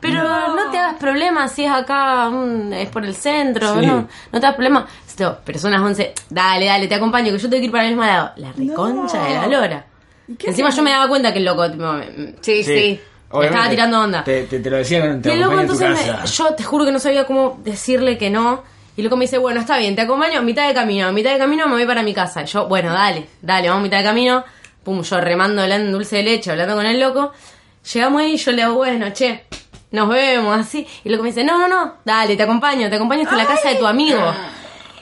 Speaker 2: pero no. te hagas problema si es acá, mm, es por el centro,
Speaker 3: Sí.
Speaker 2: no, no te hagas problema. Esto, pero son las 11, dale, dale, te acompaño, que yo tengo que ir para el mismo lado. La reconcha de la lora.
Speaker 4: qué
Speaker 2: Encima yo me daba cuenta que el loco, tipo, me- me-
Speaker 1: Sí, sí.
Speaker 3: Obviamente,
Speaker 2: estaba tirando onda.
Speaker 3: Te, te- te lo decían, te
Speaker 2: y el loco
Speaker 3: acompaño a tu
Speaker 2: entonces, me-
Speaker 3: casa.
Speaker 2: yo te juro que no sabía cómo decirle que no. Y el loco me dice, bueno, está bien, te acompaño a mitad de camino. A mitad de camino me voy para mi casa. Y yo, bueno, dale, dale, vamos a mitad de camino. Pum, yo remando, hablando en dulce de leche, hablando con el loco. Llegamos ahí y yo le digo, bueno, che, nos vemos, así. Y el loco me dice, no, no, no, dale, te acompaño, te acompaño hasta la casa de tu amigo.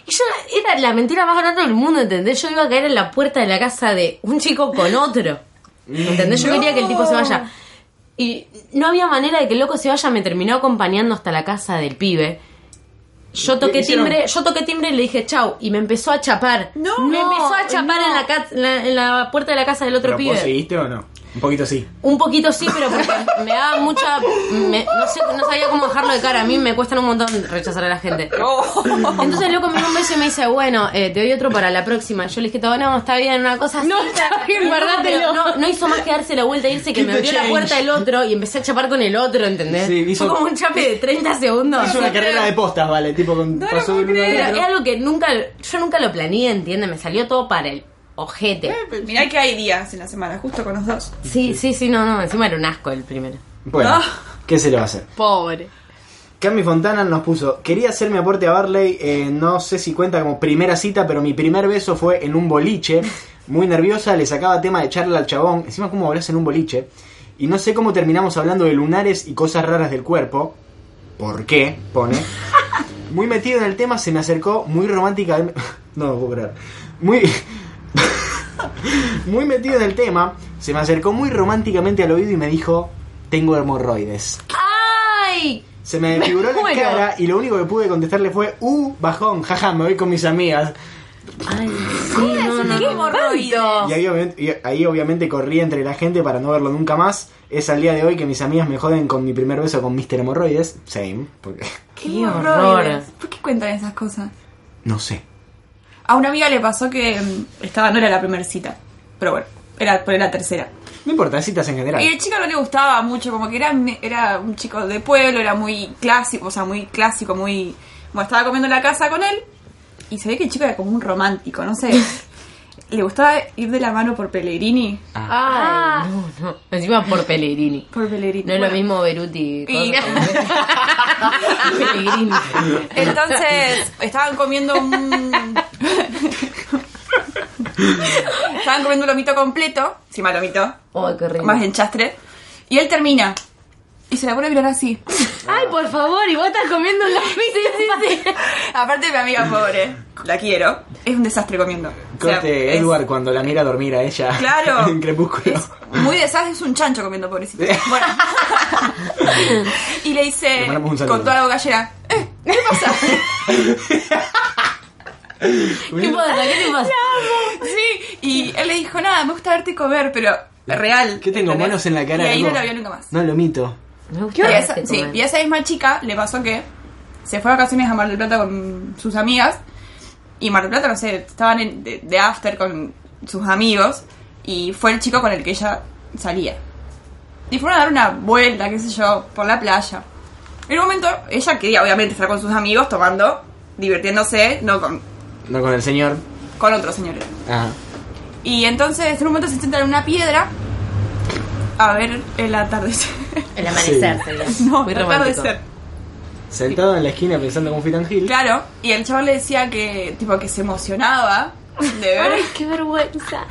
Speaker 2: Y yo, era la mentira más grande del mundo, ¿entendés? Yo iba a caer en la puerta de la casa de un chico con otro.
Speaker 3: Mm,
Speaker 2: ¿Entendés? Yo quería que el tipo se vaya. Y no había manera de que el loco se vaya, me terminó acompañando hasta la casa del pibe. Yo
Speaker 3: ¿Qué
Speaker 2: toqué
Speaker 3: hicieron?
Speaker 2: timbre, yo toqué timbre y le dije chau, y me empezó a chapar.
Speaker 4: No,
Speaker 2: me
Speaker 4: no,
Speaker 2: empezó a chapar en, la ca- en la, en la puerta de la casa del otro
Speaker 3: ¿Pero
Speaker 2: pibe.
Speaker 3: vos seguiste o no? Un poquito sí.
Speaker 2: Un poquito sí, pero porque me daba mucha. me- no, sé, no sabía cómo dejarlo de cara. A mí me cuesta un montón rechazar a la gente.
Speaker 4: Oh.
Speaker 2: Entonces el loco me dio un beso y me dice, bueno, eh, te doy otro para la próxima. Yo le dije, todo, no, está bien, una cosa así.
Speaker 1: No, está bien,
Speaker 2: No,
Speaker 1: guardátelo.
Speaker 2: pero No, no hizo más que darse la vuelta e irse que
Speaker 3: Keep
Speaker 2: me
Speaker 3: the
Speaker 2: abrió la
Speaker 3: change.
Speaker 2: puerta el otro y empecé a chapar con el otro, ¿entendés?
Speaker 3: Sí, hizo-
Speaker 2: Fue como un chape de 30 segundos.
Speaker 3: Es una carrera de postas, vale. Tipo, con,
Speaker 4: No lo
Speaker 3: pasó de
Speaker 4: puedo
Speaker 3: uno al
Speaker 4: creer.
Speaker 2: Pero
Speaker 3: otro.
Speaker 2: es algo que nunca, yo nunca lo planeé, ¿entiendes? Me salió todo para el ojete.
Speaker 4: Mirá que hay días en la semana, justo con los dos.
Speaker 2: Sí, sí, sí, no, no, encima era un asco el primero.
Speaker 3: Bueno,
Speaker 4: Ah.
Speaker 3: ¿qué se le va a hacer?
Speaker 1: Pobre.
Speaker 3: Cami Fontana nos puso, quería hacer mi aporte a Barley, eh, no sé si cuenta como primera cita, pero mi primer beso fue en un boliche, muy nerviosa, le sacaba tema de charla al chabón, encima cómo hablas en un boliche, y no sé cómo terminamos hablando de lunares y cosas raras del cuerpo, ¿por qué? pone. Muy metido en el tema, se me acercó muy romántica, no lo puedo creer, muy... Muy metido en el tema, se me acercó muy románticamente al oído y me dijo, tengo hemorroides.
Speaker 2: ¡Ay!
Speaker 3: Se me desfiguró la
Speaker 1: muero.
Speaker 3: cara y lo único que pude contestarle fue, uh, bajón, jaja, me voy con mis amigas.
Speaker 2: Ay, sí, no, no,
Speaker 4: ¡Qué
Speaker 2: no.
Speaker 4: hemorroides!
Speaker 3: Y ahí, obviamente, y ahí obviamente corrí entre la gente para no verlo nunca más. Es al día de hoy que mis amigas me joden con mi primer beso con Mr. Hemorroides. Same, porque
Speaker 2: Qué horror.
Speaker 4: ¿Por qué cuentan esas cosas?
Speaker 3: no sé.
Speaker 4: A una amiga le pasó que mm, estaba, no era la primera cita, pero bueno, era, pero era la tercera.
Speaker 3: No importa, citas en general.
Speaker 4: Y el chico no le gustaba mucho, como que era, me- era un chico de pueblo, era muy clásico, o sea, muy clásico, muy... Bueno, estaba comiendo en la casa con él y se ve que el chico era como un romántico, no sé. le gustaba ir de la mano por Pellegrini.
Speaker 2: Ah.
Speaker 1: Ah.
Speaker 2: Ay, no, no. Encima por Pellegrini.
Speaker 4: Por Pellegrini.
Speaker 2: No es lo
Speaker 4: Bueno,
Speaker 2: mismo Beruti.
Speaker 4: Y-
Speaker 2: Pellegrini.
Speaker 4: Entonces, estaban comiendo un... estaban comiendo un lomito completo, encima lomito,
Speaker 2: Oh, qué rico.
Speaker 4: más enchastre, y él termina. Y se la pone a mirar así.
Speaker 2: Ay, por favor, y vos estás comiendo la Sí, sí, sí.
Speaker 4: Aparte mi amiga pobre, la quiero. Es un desastre comiendo. O sea,
Speaker 3: Corte
Speaker 4: es-
Speaker 3: Edward cuando la mira dormir a ella.
Speaker 4: Claro.
Speaker 3: en Crepúsculo.
Speaker 4: Es muy desastre, es un chancho comiendo, pobrecito. Bueno. y le
Speaker 3: Le
Speaker 4: dice
Speaker 3: mandamos un saludo.
Speaker 4: con toda la boca llena. "Eh,
Speaker 2: ¿Qué pasa? ¿Qué te pasa?
Speaker 4: sí. Y él le dijo, nada, me gusta verte comer, pero real.
Speaker 3: ¿Qué tengo?
Speaker 4: ¿entendés?
Speaker 3: Manos en la cara.
Speaker 4: Y ahí
Speaker 3: como-
Speaker 4: no la vio nunca más.
Speaker 3: No lo mito.
Speaker 2: Me gusta
Speaker 4: Y a, esa,
Speaker 2: este
Speaker 4: sí,
Speaker 2: comer.
Speaker 4: y a esa misma chica le pasó que se fue a vacaciones a Mar del Plata con sus amigas. Y Mar del Plata, no sé, estaban en- de, de after con sus amigos. Y fue el chico con el que ella salía. Y fueron a dar una vuelta, qué sé yo, por la playa. En un momento, ella quería obviamente estar con sus amigos, tomando, divirtiéndose, no con,
Speaker 3: No con el señor. Ah.
Speaker 4: con otros señores.
Speaker 3: Ajá.
Speaker 4: Y entonces, en un momento se sientan en una piedra a ver el atardecer.
Speaker 2: El amanecer
Speaker 3: Sí.
Speaker 2: sería.
Speaker 4: no,
Speaker 2: Muy
Speaker 4: el
Speaker 2: romántico.
Speaker 4: atardecer.
Speaker 3: Sentado en la esquina pensando como Fitan Hill.
Speaker 4: Claro, y el chaval le decía que tipo que se emocionaba de ver
Speaker 2: Ay, qué vergüenza.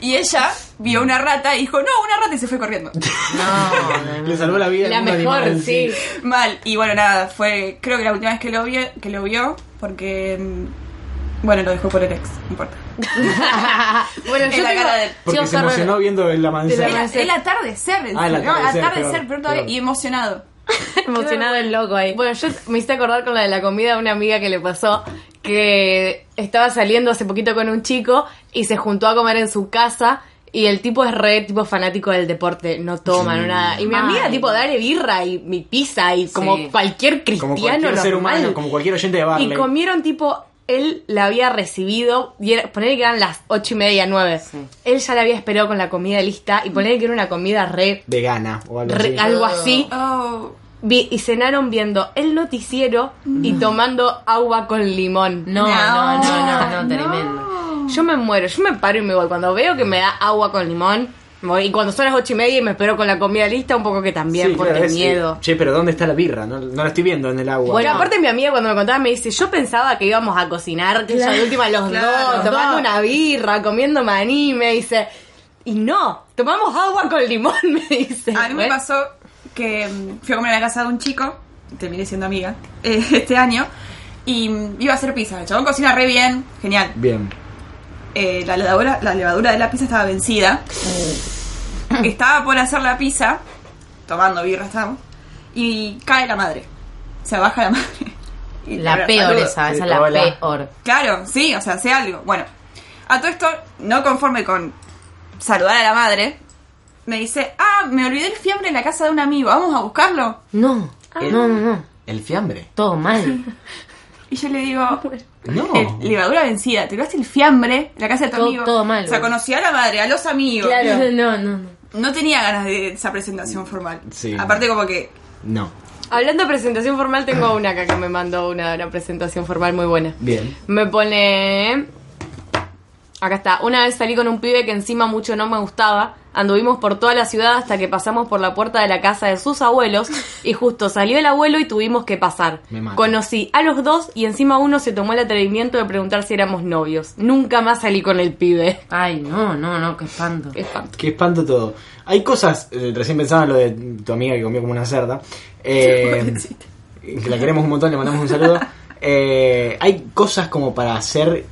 Speaker 4: y ella vio una rata y dijo, "No, una rata" y se fue corriendo.
Speaker 2: No, no, no.
Speaker 3: Le salvó la vida. a
Speaker 1: La
Speaker 3: algún
Speaker 1: mejor,
Speaker 3: animal,
Speaker 1: sí.
Speaker 4: Mal. Y bueno, nada, fue creo que la última vez que lo vio, que lo vio porque mm, bueno, lo dejó por el ex, no importa.
Speaker 1: Bueno,
Speaker 4: En
Speaker 1: yo
Speaker 4: la
Speaker 1: tengo-
Speaker 4: cara de él.
Speaker 3: Porque
Speaker 2: Tío
Speaker 3: se
Speaker 2: Ferrer.
Speaker 3: emocionó viendo el
Speaker 1: De
Speaker 3: amanecer.
Speaker 1: la-
Speaker 4: El atardecer,
Speaker 3: Ah, el
Speaker 4: encima, no,
Speaker 3: atardecer,
Speaker 4: atardecer,
Speaker 3: peor,
Speaker 4: pero todavía-
Speaker 3: peor.
Speaker 4: y emocionado.
Speaker 1: emocionada.
Speaker 2: Buen loco ahí.
Speaker 1: Bueno, yo me hice acordar con la de la comida a una amiga que le pasó que estaba saliendo hace poquito con un chico y se juntó a comer en su casa y el tipo es re tipo fanático del deporte, no toma, no nada. Y mi
Speaker 2: Mal.
Speaker 1: amiga tipo dale birra y mi pizza y como
Speaker 2: Sí.
Speaker 1: cualquier cristiano
Speaker 3: Como cualquier ser
Speaker 1: normal.
Speaker 3: humano, como cualquier oyente de
Speaker 1: Y
Speaker 3: Barley.
Speaker 1: comieron tipo, él la había recibido, y era, ponele que eran las ocho y media, nueve. Él ya la había esperado con la comida lista y ponele que era una comida re,
Speaker 3: Vegana o algo
Speaker 1: re-
Speaker 3: así.
Speaker 1: algo así.
Speaker 4: Oh.
Speaker 1: Vi- y cenaron viendo el noticiero y tomando agua con limón.
Speaker 2: No, no, no, no, no,
Speaker 4: No.
Speaker 2: tremendo.
Speaker 1: Yo me muero, yo me paro y me voy. Cuando veo que me da agua con limón, me voy. Y cuando son las ocho y media y me espero con la comida lista, un poco que también,
Speaker 3: Sí,
Speaker 1: porque
Speaker 3: claro, es-
Speaker 1: miedo.
Speaker 3: Che, pero ¿dónde está la birra? No, no la estoy viendo en el agua.
Speaker 1: Bueno, aparte mi amiga cuando me contaba me dice, yo pensaba que íbamos a cocinar, que ya de última los
Speaker 4: Claro,
Speaker 1: dos,
Speaker 4: los
Speaker 1: tomando
Speaker 4: dos.
Speaker 1: una birra, comiendo maní, me dice, y no, tomamos agua con limón, me dice.
Speaker 4: A mí me
Speaker 1: Bueno,
Speaker 4: pasó que mm, fui a comer a la casa de un chico, terminé siendo amiga, eh, este año, y mm, iba a hacer pizza. El chabón cocina re bien, genial.
Speaker 3: Bien.
Speaker 4: Eh, la, levadura, la levadura de la pizza estaba vencida.
Speaker 2: Mm.
Speaker 4: estaba por hacer la pizza, tomando birra estábamos, y cae la madre. Se baja la madre. Y
Speaker 2: La
Speaker 4: bueno,
Speaker 2: peor
Speaker 4: saludo.
Speaker 2: esa, esa es
Speaker 3: Sí,
Speaker 2: la
Speaker 3: hola.
Speaker 2: peor.
Speaker 4: Claro, sí, o sea, sé algo. Bueno, a todo esto, no conforme con saludar a la madre, me dice, ah, me olvidé el fiambre en la casa de un amigo, vamos a buscarlo.
Speaker 2: No,
Speaker 3: El-
Speaker 2: no, no, no.
Speaker 3: Ah. El fiambre.
Speaker 2: Todo mal.
Speaker 4: Y yo le
Speaker 2: Ah,
Speaker 4: digo,
Speaker 3: No.
Speaker 4: "Eh, levadura vencida, te olvidaste el fiambre en la casa de tu
Speaker 2: Todo-
Speaker 4: amigo.
Speaker 2: todo mal,
Speaker 4: O sea,
Speaker 2: boludo.
Speaker 4: conocí a la madre, a los amigos.
Speaker 1: Claro.
Speaker 2: No, no, no.
Speaker 4: No tenía ganas de esa presentación formal.
Speaker 3: Sí.
Speaker 4: Aparte como que,
Speaker 3: No.
Speaker 1: hablando de presentación formal, tengo una acá que me mandó una, una presentación formal muy buena.
Speaker 3: Bien.
Speaker 1: Me pone. Acá está. Una vez salí con un pibe que encima mucho no me gustaba. Anduvimos por toda la ciudad hasta que pasamos por la puerta de la casa de sus abuelos. Y justo salió el abuelo y tuvimos que pasar.
Speaker 3: Me mato.
Speaker 1: Conocí a los dos y encima uno se tomó el atrevimiento de preguntar si éramos novios. Nunca más salí con el pibe.
Speaker 2: Ay, no, no, no, qué espanto.
Speaker 1: Qué espanto.
Speaker 3: Qué espanto todo. Hay cosas, eh, recién pensaba en lo de tu amiga que comió como una cerda. Eh, que la queremos un montón, le mandamos un saludo. Eh, hay cosas como para hacer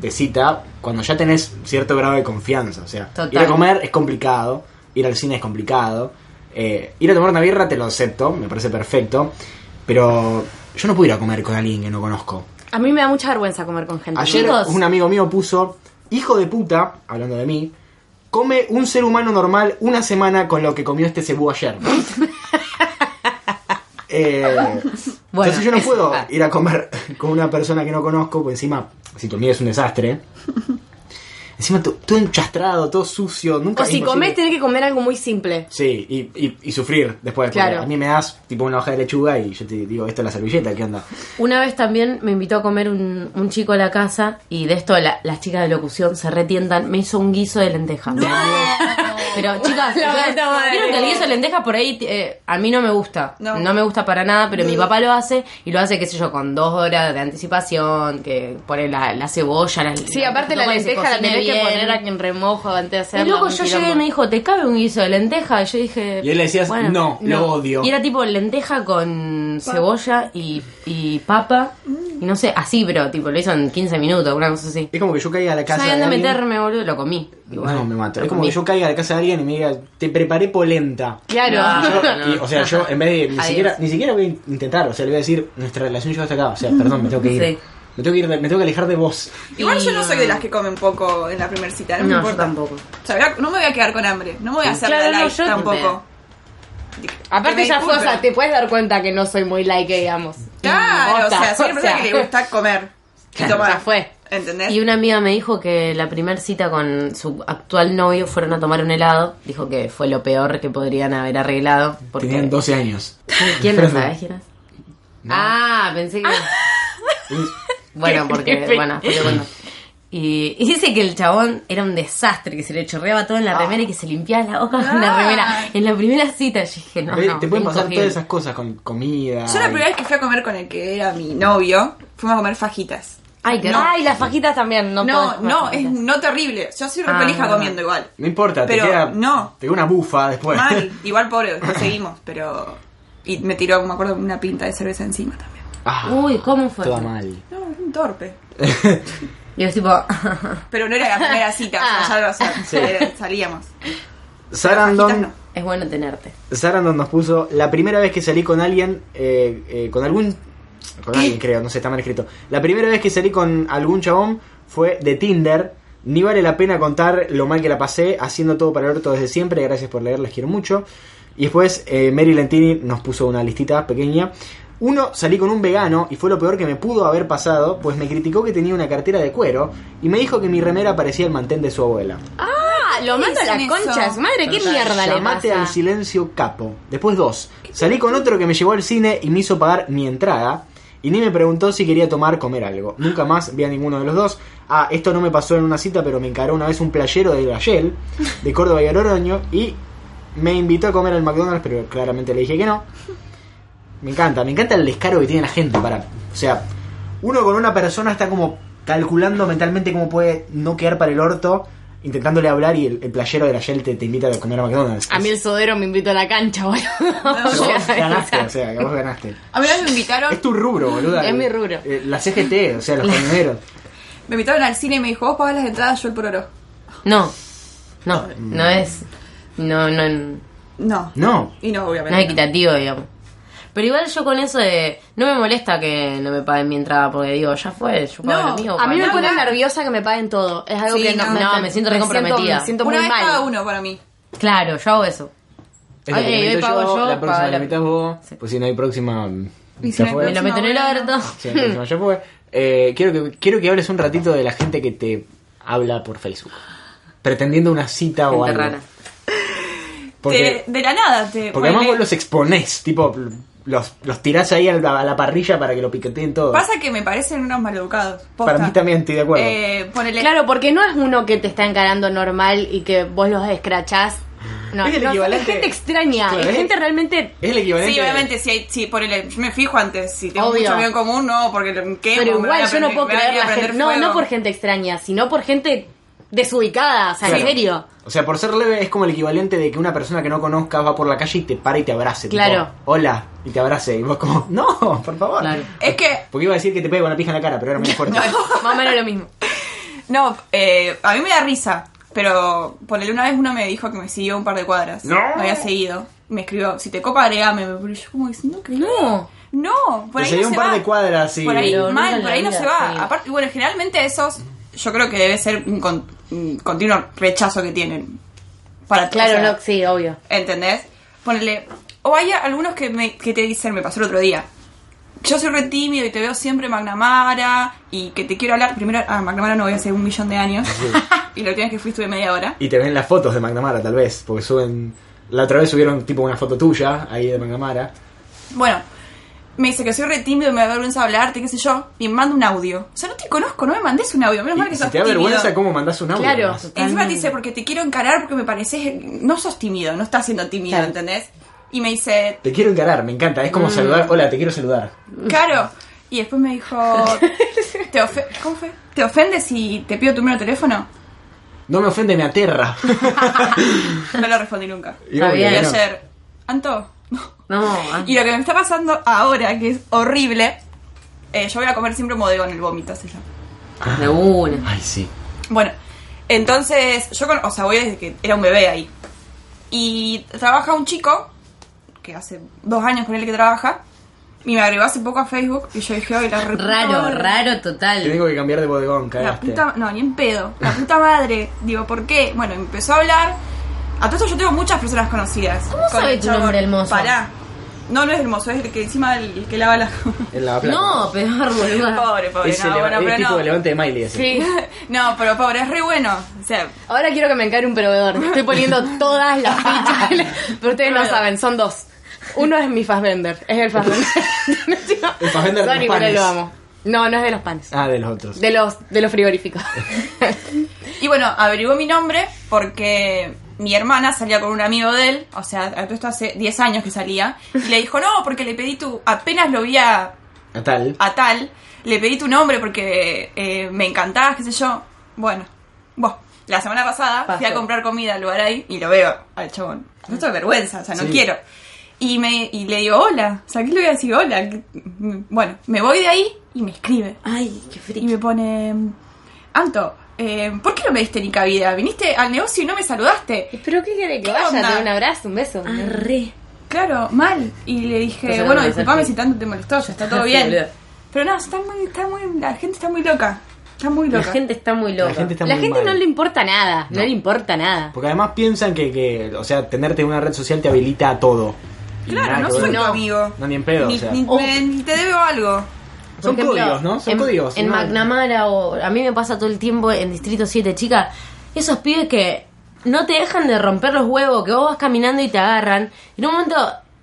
Speaker 3: de cita cuando ya tenés cierto grado de confianza. O sea,
Speaker 2: Total.
Speaker 3: ir a comer es complicado, ir al cine es complicado, eh, ir a tomar una birra te lo acepto, me parece perfecto, pero yo no puedo ir a comer con alguien que no conozco.
Speaker 1: A mí me da mucha vergüenza comer con gente.
Speaker 3: Ayer
Speaker 2: Chicos.
Speaker 3: un amigo mío puso, hijo de puta, hablando de mí, come un ser humano normal una semana con lo que comió este cebú ayer. Eh,
Speaker 2: Bueno,
Speaker 3: entonces yo no
Speaker 2: es-
Speaker 3: puedo
Speaker 2: ah.
Speaker 3: ir a comer con una persona que no conozco, porque encima, si tu amigo es un desastre, encima to- todo enchastrado, todo sucio, nunca...
Speaker 1: O si
Speaker 3: imposible.
Speaker 1: comés, tenés que comer algo muy simple.
Speaker 3: Sí, y, y- y sufrir después. porque
Speaker 1: Claro.
Speaker 3: A mí me das tipo una hoja de lechuga y yo te digo, esta es la servilleta, ¿qué onda?
Speaker 2: Una vez también me invitó a comer un, un chico a la casa y de esto la- las chicas de locución se retientan. Me hizo un guiso de lenteja. Pero chicas,
Speaker 1: La
Speaker 2: ustedes-
Speaker 1: puta madre.
Speaker 2: vieron que el guiso de lenteja por ahí eh, a mí no me gusta. No.
Speaker 4: No.
Speaker 2: me gusta para nada, pero mi
Speaker 1: Mm.
Speaker 2: papá lo hace y lo hace, qué sé yo, con dos horas de anticipación, que pone la, la cebolla, la
Speaker 1: Sí, aparte la
Speaker 2: todo para que se
Speaker 1: lenteja la
Speaker 2: cocine
Speaker 1: tenés que
Speaker 2: bien.
Speaker 1: poner a quien remojo antes de hacerla.
Speaker 2: Y luego
Speaker 1: un
Speaker 2: yo
Speaker 1: quilombo.
Speaker 2: llegué y me dijo, ¿te cabe un guiso de lenteja? Y yo dije...
Speaker 3: Y él le decías, "No, lo odio".
Speaker 2: Y era tipo lenteja con cebolla y, y papa. Y no sé, así, pero tipo lo hizo en 15 minutos, una cosa así.
Speaker 3: Es como que yo caiga a la
Speaker 2: Yo
Speaker 3: casa...
Speaker 2: sabían
Speaker 3: de
Speaker 2: de
Speaker 3: alguien-
Speaker 2: meterme, boludo, lo comí. Igual.
Speaker 3: no, me mato.
Speaker 2: Lo
Speaker 3: Es como
Speaker 2: comí.
Speaker 3: que yo caiga a la casa de alguien y me diga, te preparé polenta.
Speaker 1: Claro.
Speaker 2: No,
Speaker 3: Y yo-
Speaker 2: no, no.
Speaker 3: y, o sea, yo en vez de ni
Speaker 2: Adiós.
Speaker 3: siquiera, ni siquiera voy a intentar, o sea, le voy a decir, nuestra relación llegó hasta acá, o sea, perdón, me tengo que ir.
Speaker 2: Sí.
Speaker 3: Me tengo que ir, de- me tengo que alejar de vos.
Speaker 4: igual yo no soy de las que comen poco en la primera cita, no, me
Speaker 2: No, yo
Speaker 4: importa.
Speaker 2: tampoco.
Speaker 4: O sea, voy a- no me voy a quedar con hambre, no me voy a hacer
Speaker 1: Claro,
Speaker 4: la
Speaker 1: no,
Speaker 4: light
Speaker 1: yo-
Speaker 4: tampoco.
Speaker 1: Aparte
Speaker 4: Que me
Speaker 1: ya fue, o sea,
Speaker 4: disculpen.
Speaker 1: te puedes dar cuenta que no soy muy like, digamos.
Speaker 4: Claro, o
Speaker 1: Bosta,
Speaker 4: sea, soy una
Speaker 1: o
Speaker 4: persona
Speaker 1: sea.
Speaker 4: que le gusta ¿eh? comer y
Speaker 1: Claro,
Speaker 4: tomar.
Speaker 1: ya fue.
Speaker 4: ¿Entendés?
Speaker 2: Y una amiga me dijo que la primer cita con su actual novio fueron a tomar un helado. Dijo que fue lo peor que podrían haber arreglado. Porque...
Speaker 3: Tenían 12 años.
Speaker 2: ¿Quién no sabe quién es?
Speaker 3: No.
Speaker 2: Ah, pensé que... Bueno, porque, bueno, después te cuento. Y, y dice que el chabón era un desastre, que se le chorreaba todo en la remera y que se limpiaba la boca con la remera. En la primera cita yo dije, no,
Speaker 3: Ve,
Speaker 2: no,
Speaker 3: te pueden pasar
Speaker 2: incogible.
Speaker 3: todas esas cosas con comida.
Speaker 4: Yo la
Speaker 3: y-
Speaker 4: primera vez que fui a comer con el que era mi novio, fuimos a comer fajitas.
Speaker 2: Ay, qué
Speaker 1: Ay, las fajitas también, no podés
Speaker 4: No,
Speaker 1: comer
Speaker 4: no,
Speaker 1: fajitas.
Speaker 4: es no terrible. Yo soy
Speaker 2: Ah,
Speaker 4: repelija
Speaker 2: no, no.
Speaker 4: comiendo igual.
Speaker 3: No importa,
Speaker 4: Pero
Speaker 3: te queda.
Speaker 4: no.
Speaker 3: Te queda una bufa después.
Speaker 4: Mal, igual pobre, después seguimos, pero... Y me tiró, me acuerdo, una pinta de cerveza encima también.
Speaker 3: Ah,
Speaker 2: Uy, ¿cómo fue?
Speaker 3: Toda mal.
Speaker 4: No, un torpe.
Speaker 2: Y es tipo,
Speaker 1: Ah.
Speaker 4: Pero no era la primera cita, o sea, ya lo- o sea,
Speaker 3: Sí.
Speaker 4: era- salíamos.
Speaker 3: Sarandon
Speaker 4: Fajitas
Speaker 2: Es bueno tenerte.
Speaker 3: Sarandon nos puso la primera vez que salí con alguien, eh, eh, con algún. Con alguien, creo, no sé, está mal escrito. La primera vez que salí con algún chabón fue de Tinder. Ni vale la pena contar lo mal que la pasé, haciendo todo para el orto desde siempre. Gracias por leer, les quiero mucho. Y después eh, Mary Lentini nos puso una listita pequeña. Uno, salí con un vegano y fue lo peor que me pudo haber pasado, pues me criticó que tenía una cartera de cuero y me dijo que mi remera parecía el mantén de su abuela.
Speaker 1: Ah, lo mando a la
Speaker 4: dicen
Speaker 1: concha de
Speaker 4: eso?
Speaker 1: su madre. ¿Qué mierda le
Speaker 3: Llamate a un
Speaker 1: pasa?
Speaker 3: silencio capo. Después dos. Salí con otro que me llevó al cine y me hizo pagar mi entrada. Y ni me preguntó si quería tomar, comer algo. Nunca más vi a ninguno de los dos. Ah, esto no me pasó en una cita, pero me encaró una vez un playero de Gallel, de Córdoba y Oroño, y me invitó a comer al McDonald's, pero claramente le dije que no. Me encanta, me encanta el descaro que tiene la gente para. O sea, uno con una persona está como calculando mentalmente cómo puede no quedar para el orto, intentándole hablar y el, el playero de la Shell te, te invita a comer a McDonald's.
Speaker 1: A mí el sodero me invitó a la cancha, boludo.
Speaker 3: Que
Speaker 1: O
Speaker 3: vos
Speaker 1: sea,
Speaker 3: ganaste, o sea, que vos ganaste.
Speaker 4: A mí una vez me invitaron,
Speaker 3: Es tu rubro, boluda.
Speaker 1: Es mi rubro.
Speaker 3: Eh, la CGT, o sea, los camioneros.
Speaker 4: me invitaron al cine y me dijo, vos pagás las entradas, yo el pororo.
Speaker 2: No, no, no es. No, no, no
Speaker 4: No.
Speaker 3: No.
Speaker 4: Y no,
Speaker 2: es
Speaker 4: obviamente.
Speaker 2: equitativo, digamos. Pero igual yo con eso de. No me molesta que no me paguen mi entrada, porque digo, ya fue, yo pago
Speaker 4: No,
Speaker 2: lo mío.
Speaker 1: A mí me
Speaker 2: pago.
Speaker 1: pone nerviosa que me paguen todo. Es algo
Speaker 4: Sí,
Speaker 1: que no,
Speaker 4: no,
Speaker 2: no, me siento recomprometida.
Speaker 1: Me siento
Speaker 4: Una
Speaker 1: muy
Speaker 4: vez cada
Speaker 1: mal.
Speaker 4: uno para mí.
Speaker 2: Claro, yo hago eso.
Speaker 3: Es la
Speaker 2: Ay,
Speaker 3: que me
Speaker 2: hoy
Speaker 3: invito
Speaker 2: pago yo,
Speaker 3: la próxima
Speaker 2: pago
Speaker 3: la
Speaker 2: la-
Speaker 3: invitas vos. Pues si no hay próxima. mm,
Speaker 4: Y
Speaker 3: ya
Speaker 4: si no hay
Speaker 3: fue.
Speaker 2: Me lo
Speaker 4: próxima,
Speaker 2: meto en el
Speaker 4: bueno.
Speaker 2: orto.
Speaker 3: Sí, la próxima ya fue. Eh, quiero, que, quiero que hables un ratito de la gente que te habla por Facebook. Pretendiendo una cita o
Speaker 2: Gente
Speaker 3: algo.
Speaker 2: rara.
Speaker 3: Porque,
Speaker 4: Te- de la nada te...
Speaker 3: porque
Speaker 4: bueno,
Speaker 3: además vos
Speaker 4: me-
Speaker 3: los exponés, tipo, los, los tirás ahí a la, a la parrilla para que lo piqueteen todo.
Speaker 4: Pasa que me parecen unos maleducados. posta.
Speaker 3: Para mí también estoy de acuerdo.
Speaker 4: Eh, ponele...
Speaker 1: Claro, porque no es uno que te está encarando normal y que vos los escrachás. No,
Speaker 3: Es el
Speaker 1: no,
Speaker 3: equivalente-
Speaker 1: es gente extraña.
Speaker 3: Claro,
Speaker 1: es
Speaker 3: es-
Speaker 1: gente realmente
Speaker 3: es el equivalente.
Speaker 4: Sí,
Speaker 3: de-
Speaker 4: obviamente, si hay, sí, ponele, yo me fijo antes, si tengo
Speaker 1: Obvio.
Speaker 4: mucho amigo en común, no, porque le- quemo,
Speaker 1: Pero
Speaker 4: me van a
Speaker 1: igual yo no
Speaker 4: prender-
Speaker 1: puedo
Speaker 4: me van a
Speaker 1: creer la
Speaker 4: prender
Speaker 1: gente. No,
Speaker 4: fuego.
Speaker 1: no por gente extraña, sino por gente desubicada. O sea, en
Speaker 3: Claro.
Speaker 1: serio.
Speaker 3: O sea, por ser leve es como el equivalente de que una persona que no conozcas va por la calle y te para y te abrace. tipo,
Speaker 1: Claro.
Speaker 3: Hola, y te abrace. Y vos como, no, por favor.
Speaker 2: Claro.
Speaker 4: Es que,
Speaker 3: Porque iba a decir que te pega una pija en la cara, pero era menos fuerte.
Speaker 1: Más o menos lo mismo.
Speaker 4: no, eh, a mí me da risa, pero ponele una vez uno me dijo que me siguió un par de cuadras.
Speaker 3: No.
Speaker 4: Me había seguido. Me escribió, si te copa, agregame. Pero yo como diciendo que no.
Speaker 1: No.
Speaker 4: No, por
Speaker 3: Me
Speaker 4: ahí
Speaker 3: seguí
Speaker 4: no
Speaker 3: un
Speaker 4: se
Speaker 3: par
Speaker 4: va.
Speaker 3: de cuadras y-
Speaker 4: Por ahí,
Speaker 2: Pero nunca en
Speaker 4: mal, por
Speaker 2: la
Speaker 4: ahí no
Speaker 2: vida,
Speaker 4: se va.
Speaker 2: sí.
Speaker 4: Aparte, bueno, generalmente esos, yo creo que debe ser un, con- un continuo rechazo que tienen. Para
Speaker 1: Claro,
Speaker 4: o sea,
Speaker 1: no, sí, obvio.
Speaker 4: ¿Entendés? Ponele. O hay algunos que, me, que te dicen, me pasó el otro día. Yo soy re tímido y te veo siempre en McNamara y que te quiero hablar. Primero, a McNamara no voy hace un millón de años. y lo tienes que fui estuve media hora.
Speaker 3: Y te ven las fotos de McNamara, tal vez. Porque suben. La otra vez subieron tipo una foto tuya ahí de McNamara.
Speaker 4: Bueno, me dice que soy re tímido y me da vergüenza hablarte, qué sé yo. Y me manda un audio. O sea, no te conozco, no me mandes un audio. Menos mal
Speaker 3: Y,
Speaker 4: que
Speaker 3: y si
Speaker 4: sos
Speaker 3: te da
Speaker 4: tímido.
Speaker 3: vergüenza, ¿cómo mandás un audio?
Speaker 1: Claro.
Speaker 3: además?
Speaker 4: Encima te dice, porque te quiero encarar porque me pareces. No sos tímido, no estás siendo tímido,
Speaker 1: Claro.
Speaker 4: ¿entendés? Y me dice,
Speaker 3: Te quiero encarar, me encanta. Es como
Speaker 4: Mm.
Speaker 3: saludar. Hola, te quiero saludar.
Speaker 4: Claro. Y después me dijo, ¿te, ofe- ¿cómo fue? ¿Te ofendes si te pido tu número de teléfono?
Speaker 3: No me ofende, me aterra.
Speaker 4: No lo respondí nunca.
Speaker 3: Y
Speaker 2: Está
Speaker 3: obvio,
Speaker 4: Y
Speaker 2: bien.
Speaker 3: no.
Speaker 4: ayer, Anto. no.
Speaker 2: No, ah,
Speaker 4: Y lo que me está pasando ahora, que es horrible, eh, yo voy a comer siempre un bodegón, el vómito se llama.
Speaker 2: de una.
Speaker 3: Ay, sí.
Speaker 4: Bueno, entonces yo, con, o sea, voy desde que era un bebé ahí. Y trabaja un chico, que hace dos años con él que trabaja, y me agregó hace poco a Facebook y yo dije, ay, la reputa
Speaker 2: Raro,
Speaker 4: madre".
Speaker 2: raro total.
Speaker 3: Te tengo que cambiar de bodegón,
Speaker 4: La
Speaker 3: cagaste.
Speaker 4: puta, no, ni en pedo. La puta madre. Digo, ¿por qué? Bueno, empezó a hablar. A todo esto yo tengo muchas personas conocidas.
Speaker 2: ¿Cómo
Speaker 4: Con
Speaker 2: sabe
Speaker 4: el
Speaker 2: tu
Speaker 4: chabón.
Speaker 2: nombre hermoso?
Speaker 4: Pará. No, no es hermoso, es el que encima el que lava la...
Speaker 3: En la placa.
Speaker 2: No, peor, boluda.
Speaker 4: pobre, pobre.
Speaker 3: Es
Speaker 4: no,
Speaker 3: el,
Speaker 4: bueno,
Speaker 3: es
Speaker 4: pero
Speaker 3: tipo de
Speaker 4: no.
Speaker 3: levante de Miley. ese.
Speaker 1: Sí.
Speaker 4: No, pero pobre, es re bueno. O sea,
Speaker 1: Ahora quiero que me encare un proveedor. Estoy poniendo todas las fichas. Pero ustedes no saben, son dos. Uno es mi Fassbender, es el Fassbender.
Speaker 3: El Fassbender de los
Speaker 1: Sorry, pero
Speaker 3: panes.
Speaker 1: lo amo. No, no es de los panes.
Speaker 3: Ah, de los otros.
Speaker 1: De los, de los frigoríficos.
Speaker 4: Y bueno, averiguó mi nombre porque mi hermana salía con un amigo de él, o sea, a todo esto hace 10 años que salía, y le dijo, no, porque le pedí tu... Apenas lo vi a,
Speaker 3: A tal.
Speaker 4: a tal, le pedí tu nombre porque eh, me encantabas, qué sé yo. Bueno, vos, la semana pasada fui a
Speaker 1: Pasó.
Speaker 4: comprar comida al lugar ahí y lo veo al chabón. Esto es vergüenza, o sea, no
Speaker 3: Sí.
Speaker 4: quiero. Y, me, y le digo, hola, o sea, ¿qué le voy a decir? Hola. ¿Qué- mm, Bueno, me voy de ahí y me escribe.
Speaker 2: Ay, qué
Speaker 4: Y me pone, Anto, eh, ¿por qué no me diste ni cabida? Viniste al negocio y no me saludaste.
Speaker 1: ¿Pero qué quiere que
Speaker 4: ¿Qué
Speaker 1: vaya?
Speaker 4: onda?
Speaker 1: Te doy un abrazo, un beso.
Speaker 2: Arre.
Speaker 4: Claro, mal. Y le dije,
Speaker 2: Entonces,
Speaker 4: bueno,
Speaker 2: no me
Speaker 4: disculpame
Speaker 2: acerqué.
Speaker 4: si tanto te molestó, ya está todo
Speaker 2: Sí,
Speaker 4: bien.
Speaker 2: boludo.
Speaker 4: Pero no, está muy, está muy, la gente está muy loca. Está muy
Speaker 2: La
Speaker 4: loca.
Speaker 2: gente está muy loca.
Speaker 3: La gente está
Speaker 1: La
Speaker 3: muy
Speaker 1: gente
Speaker 3: mal.
Speaker 1: no le importa nada, no,
Speaker 3: No.
Speaker 1: le importa nada.
Speaker 3: Porque además piensan que, que, o sea, tenerte en una red social te habilita a todo. Y nada
Speaker 4: Claro, no
Speaker 3: que
Speaker 4: soy
Speaker 3: ver.
Speaker 4: tu amigo.
Speaker 3: Ah, No, ni en pedo,
Speaker 4: Ni,
Speaker 3: o sea.
Speaker 4: ni-
Speaker 1: Oh.
Speaker 4: me- ni te debo algo.
Speaker 2: Por
Speaker 3: Son
Speaker 2: ejemplo,
Speaker 3: códigos, ¿no? Son
Speaker 2: en,
Speaker 3: códigos.
Speaker 2: En
Speaker 3: ¿no?
Speaker 2: McNamara o a mí me pasa todo el tiempo en Distrito 7, chica, esos pibes que no te dejan de romper los huevos, que vos vas caminando y te agarran. En un momento,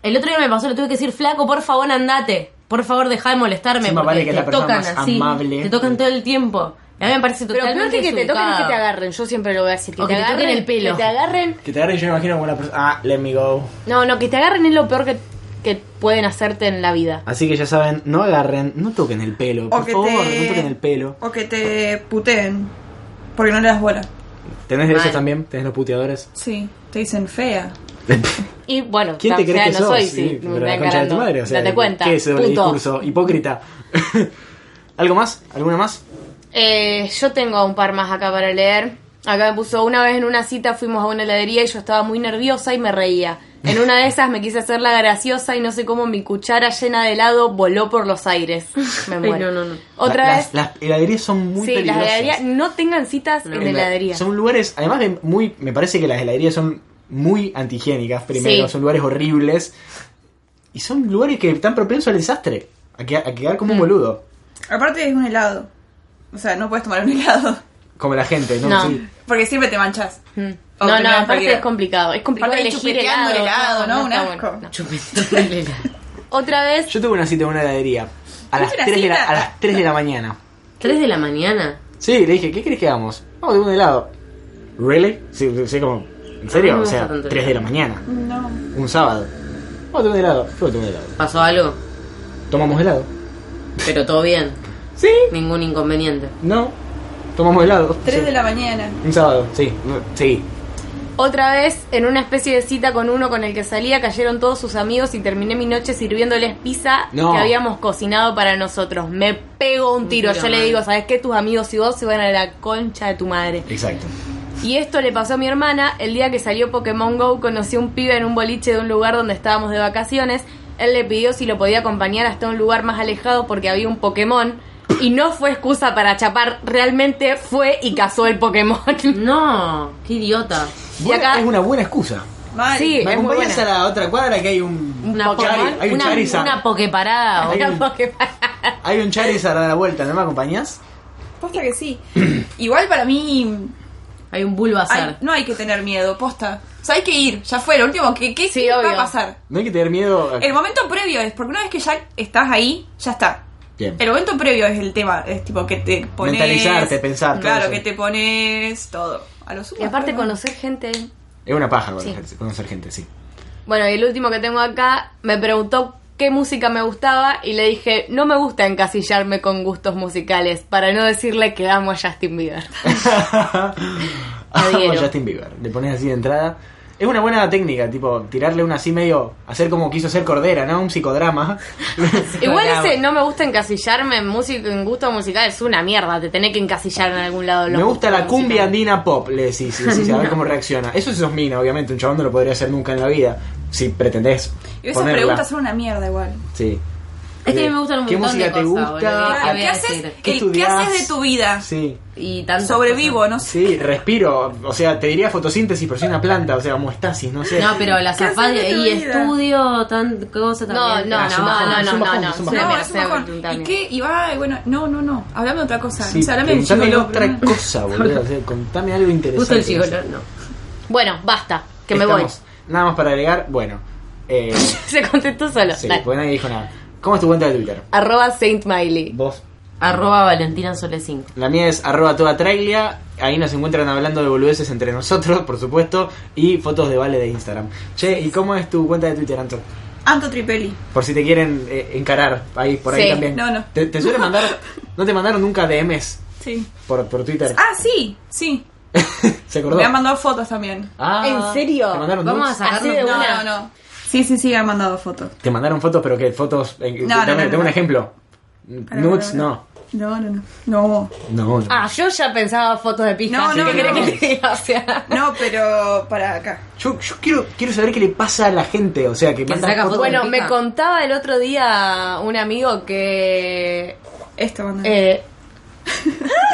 Speaker 2: el otro día me pasó, le tuve que decir, flaco, por favor, andate. Por favor, deja de molestarme.
Speaker 3: Sí, más
Speaker 2: porque
Speaker 3: vale que
Speaker 2: te
Speaker 3: la persona
Speaker 2: tocan
Speaker 3: más
Speaker 2: así.
Speaker 3: amable.
Speaker 2: Te tocan todo el tiempo. A mí me parece
Speaker 1: Pero
Speaker 2: totalmente
Speaker 1: peor que que te toquen es que te
Speaker 2: desubicado.
Speaker 1: agarren, yo siempre lo voy a decir. Que
Speaker 2: O
Speaker 1: te
Speaker 2: que te toquen
Speaker 1: agarren
Speaker 2: el pelo.
Speaker 1: Que te agarren.
Speaker 3: Que te agarren, yo me imagino como la persona. Ah, let me go.
Speaker 1: No, no, que te agarren es lo peor que, que pueden hacerte en la vida.
Speaker 3: Así que ya saben, no agarren, no toquen el pelo. Por
Speaker 4: que
Speaker 3: favor,
Speaker 4: te-
Speaker 3: no toquen el pelo.
Speaker 4: O que te puteen. Porque no le das bola.
Speaker 3: ¿Tenés de
Speaker 2: Mal.
Speaker 3: esos también? ¿Tenés los puteadores?
Speaker 4: Sí, te dicen fea.
Speaker 1: Y bueno,
Speaker 3: ¿Quién
Speaker 1: ya,
Speaker 3: te crees
Speaker 1: ya
Speaker 3: que
Speaker 1: no
Speaker 3: sos?
Speaker 1: soy,
Speaker 3: Sí,
Speaker 1: sí,
Speaker 3: pero
Speaker 1: me
Speaker 3: la
Speaker 1: están
Speaker 3: concha de tu
Speaker 1: cagando.
Speaker 3: madre, o sea,
Speaker 1: Date cuenta.
Speaker 3: ¿Qué es el
Speaker 1: puto.
Speaker 3: discurso? Hipócrita. ¿Algo más? ¿Alguna más?
Speaker 1: Eh, yo tengo un par más acá para leer. Acá me puso una vez en una cita fuimos a una heladería y yo estaba muy nerviosa y me reía. En una de esas me quise hacer la graciosa y no sé cómo mi cuchara llena de helado voló por los aires. Me muero.
Speaker 2: no, no, no.
Speaker 1: Otra
Speaker 3: La-
Speaker 1: vez.
Speaker 3: Las, las heladerías son muy
Speaker 1: sí, las
Speaker 3: peligrosas.
Speaker 1: heladerías no tengan citas en
Speaker 3: En la-
Speaker 1: heladería.
Speaker 3: Son lugares, además de muy, me parece que las heladerías son muy antihigiénicas primero,
Speaker 1: Sí.
Speaker 3: son lugares horribles y son lugares que están propensos al desastre, a, que- a quedar como un boludo,
Speaker 4: Aparte es un helado. O sea, no puedes tomar un helado.
Speaker 3: como la gente, ¿no?
Speaker 1: No.
Speaker 3: Sí.
Speaker 4: Porque siempre te manchas.
Speaker 1: Mm.
Speaker 4: O
Speaker 1: No, no,
Speaker 4: primera
Speaker 1: aparte
Speaker 4: salida.
Speaker 1: es complicado. Es complicado
Speaker 4: Aparte
Speaker 1: elegir
Speaker 4: chupeteando
Speaker 1: helado.
Speaker 4: el helado, ¿no? Un
Speaker 1: está
Speaker 4: asco.
Speaker 1: bueno, no. Otra vez,
Speaker 3: Yo tuve una cita en una heladería a las,
Speaker 4: ¿Tuviste una
Speaker 3: 3 de la,
Speaker 4: cita?
Speaker 3: a las 3 de la mañana.
Speaker 2: 3 de la mañana.
Speaker 3: Sí, le dije, ¿qué querés que hagamos? Vamos de un helado. ¿Really? Sí, sí, sí, como, ¿en
Speaker 2: No
Speaker 3: serio?
Speaker 2: me
Speaker 3: O
Speaker 2: gusta
Speaker 3: sea,
Speaker 2: tanto el
Speaker 3: 3 de la mañana,
Speaker 4: No.
Speaker 3: un sábado. Vamos de un helado, yo tomo un helado.
Speaker 2: Pasó algo,
Speaker 3: Tomamos helado.
Speaker 2: pero todo bien.
Speaker 3: Sí,
Speaker 2: Ningún inconveniente.
Speaker 3: no, tomamos helado.
Speaker 4: 3
Speaker 3: Sí.
Speaker 4: de la mañana.
Speaker 3: Un sábado, sí, no, sí.
Speaker 1: otra vez, en una especie de cita con uno con el que salía, cayeron todos sus amigos y terminé mi noche sirviéndoles pizza
Speaker 3: No.
Speaker 1: que habíamos cocinado para nosotros. Me pego un tiro.
Speaker 2: tiro,
Speaker 1: Yo le
Speaker 2: man.
Speaker 1: digo, ¿sabes qué? Tus amigos y vos se van a la concha de tu madre.
Speaker 3: Exacto.
Speaker 1: Y esto le pasó a mi hermana el día que salió Pokémon Go. Conocí a un pibe en un boliche de un lugar donde estábamos de vacaciones.
Speaker 2: Eh,
Speaker 1: Él le pidió si lo podía acompañar hasta un lugar más alejado porque había un Pokémon. Y no fue excusa para chapar, realmente fue y cazó el Pokémon.
Speaker 2: No, qué idiota.
Speaker 1: Y acá-
Speaker 3: Es una buena excusa.
Speaker 4: Mal.
Speaker 1: Sí.
Speaker 3: Me
Speaker 1: es muy
Speaker 3: acompañas a
Speaker 1: buena.
Speaker 3: la otra cuadra que hay un,
Speaker 1: Una
Speaker 3: Chari-
Speaker 1: Pokémon,
Speaker 3: hay un
Speaker 2: una,
Speaker 3: Charizard.
Speaker 2: una pokeparada.
Speaker 3: Hay
Speaker 2: boludo.
Speaker 3: un- Hay un Charizard a la vuelta, ¿no me acompañas?
Speaker 4: Posta que sí. Igual para mí.
Speaker 2: Hay un Bulbasaur.
Speaker 4: hay- no hay que tener miedo, posta. O sea, hay que ir. Ya fue, lo último. que qué,
Speaker 1: Sí,
Speaker 4: qué va
Speaker 1: obvio.
Speaker 4: a pasar?
Speaker 3: No hay que tener miedo. a-
Speaker 4: El momento previo es, porque una vez que ya estás ahí, ya está.
Speaker 3: Bien.
Speaker 4: El momento previo es el tema, es tipo que te pones.
Speaker 3: Mentalizarte, pensar, todo
Speaker 4: Claro,
Speaker 3: eso.
Speaker 4: que te pones todo. A lo sumo.
Speaker 1: Y aparte
Speaker 4: bueno.
Speaker 1: conocer gente.
Speaker 3: Es una paja conocer, conocer gente, sí.
Speaker 1: Bueno, y el último que tengo acá me preguntó qué música me gustaba y le dije, no me gusta encasillarme con gustos musicales, para no decirle que amo a Justin Bieber.
Speaker 3: Amo a
Speaker 1: Adhiero.
Speaker 3: Justin Bieber. Le pones así de entrada. Es una buena técnica, tipo, tirarle una así medio. Hacer como quiso hacer Cordera, ¿no? Un psicodrama.
Speaker 1: Igual ese no me gusta encasillarme en música, en gusto musical es una mierda, te tenés que encasillar en algún lado. de los
Speaker 3: Me gusta la
Speaker 1: gustos
Speaker 3: cumbia
Speaker 1: musicales.
Speaker 3: andina pop, le decís, le decís, a ver cómo reacciona. Eso es mina, obviamente, un chabón no lo podría hacer nunca en la vida, si pretendés.
Speaker 4: Y esas
Speaker 3: ponerla.
Speaker 4: preguntas son una mierda igual.
Speaker 3: Sí.
Speaker 2: Es que
Speaker 3: Eh,
Speaker 2: me gustan un
Speaker 3: ¿Qué
Speaker 2: montón
Speaker 3: música
Speaker 2: de
Speaker 3: te
Speaker 2: cosas, boludo.
Speaker 3: gusta?
Speaker 2: Ah,
Speaker 4: ¿Qué,
Speaker 2: voy a
Speaker 4: haces,
Speaker 2: decir,
Speaker 3: ¿qué
Speaker 4: el, ¿Qué
Speaker 3: estudiás?
Speaker 4: haces de tu vida?
Speaker 3: Sí.
Speaker 2: Y tantas
Speaker 4: Sobrevivo, no sé.
Speaker 3: Sí, respiro, o sea, te diría fotosíntesis, pero soy una planta, o sea, homeostasis, no sé.
Speaker 2: cosas. No, pero la
Speaker 4: ¿Qué haces
Speaker 2: zafada
Speaker 4: de tu
Speaker 2: y
Speaker 4: vida?
Speaker 2: estudio, tan cosa
Speaker 1: No,
Speaker 2: también.
Speaker 1: no,
Speaker 3: Ah,
Speaker 1: no,
Speaker 3: es un
Speaker 1: no,
Speaker 3: bajón, es
Speaker 1: no,
Speaker 3: un
Speaker 1: no,
Speaker 3: bajón,
Speaker 1: no,
Speaker 3: es un
Speaker 1: se
Speaker 3: bajón.
Speaker 1: me-
Speaker 4: No, es
Speaker 1: se
Speaker 4: un
Speaker 1: me
Speaker 4: bajón.
Speaker 1: pregunta a
Speaker 4: ¿Y
Speaker 1: mí.
Speaker 4: qué? Y va, y bueno, no, no, no. Hablame otra cosa.
Speaker 3: Sí,
Speaker 4: O sea, hablame del
Speaker 3: preguntame
Speaker 4: gigoló,
Speaker 3: otra
Speaker 4: pero no.
Speaker 3: cosa, boludo, o sea, contame algo
Speaker 2: Justo
Speaker 3: interesante.
Speaker 2: el gigolo, no.
Speaker 1: Bueno, basta, que me voy.
Speaker 3: Estamos- Nada más para agregar, bueno. Eh,
Speaker 1: Se contestó solo.
Speaker 3: sí, pues.
Speaker 1: Dale.
Speaker 3: porque nadie dijo nada. ¿Cómo es tu cuenta de Twitter?
Speaker 1: Arroba Saint Miley.
Speaker 3: Vos.
Speaker 2: Arroba Valentina Sole 5.
Speaker 3: La mía es arroba toda trailia. Ahí nos encuentran hablando de boludeces entre nosotros, por supuesto, y fotos de Vale de Instagram. Che, ¿y cómo es tu cuenta de Twitter, Anto?
Speaker 4: Anto Tripelli.
Speaker 3: Por si te quieren eh, encarar ahí, por ahí
Speaker 1: Sí,
Speaker 3: también.
Speaker 4: no, no.
Speaker 3: ¿Te, te suelen mandar, no te mandaron nunca DMs
Speaker 4: Sí.
Speaker 3: por, por Twitter?
Speaker 4: Ah, sí, sí.
Speaker 3: ¿Se acordó?
Speaker 4: Me han mandado fotos también.
Speaker 3: Ah,
Speaker 1: ¿En serio?
Speaker 3: ¿Te mandaron,
Speaker 2: Vamos a
Speaker 3: nudes?
Speaker 2: sacarlo.
Speaker 1: Así de
Speaker 2: No,
Speaker 1: una.
Speaker 4: No, no. Sí, sí, sí, me han mandado fotos.
Speaker 3: ¿Te mandaron fotos, pero qué? ¿Fotos? eh,
Speaker 4: No, no,
Speaker 3: dame
Speaker 4: no,
Speaker 3: dame
Speaker 4: no.
Speaker 3: un ejemplo.
Speaker 4: Pará,
Speaker 3: Nudes,
Speaker 4: pará, pará.
Speaker 3: no.
Speaker 4: No, no, no. No.
Speaker 3: No, no.
Speaker 1: Ah, yo ya pensaba fotos de pija.
Speaker 4: No,
Speaker 1: así
Speaker 4: no,
Speaker 1: que querés
Speaker 4: no.
Speaker 1: que te diga, o sea.
Speaker 4: No, pero para acá.
Speaker 3: Yo, yo quiero, quiero saber qué le pasa a la gente, o sea, que manda
Speaker 2: saca
Speaker 3: fotos.
Speaker 2: fotos de
Speaker 1: Bueno,
Speaker 2: pija.
Speaker 1: me contaba el otro día un amigo que.
Speaker 4: Esto, manda.
Speaker 1: eh,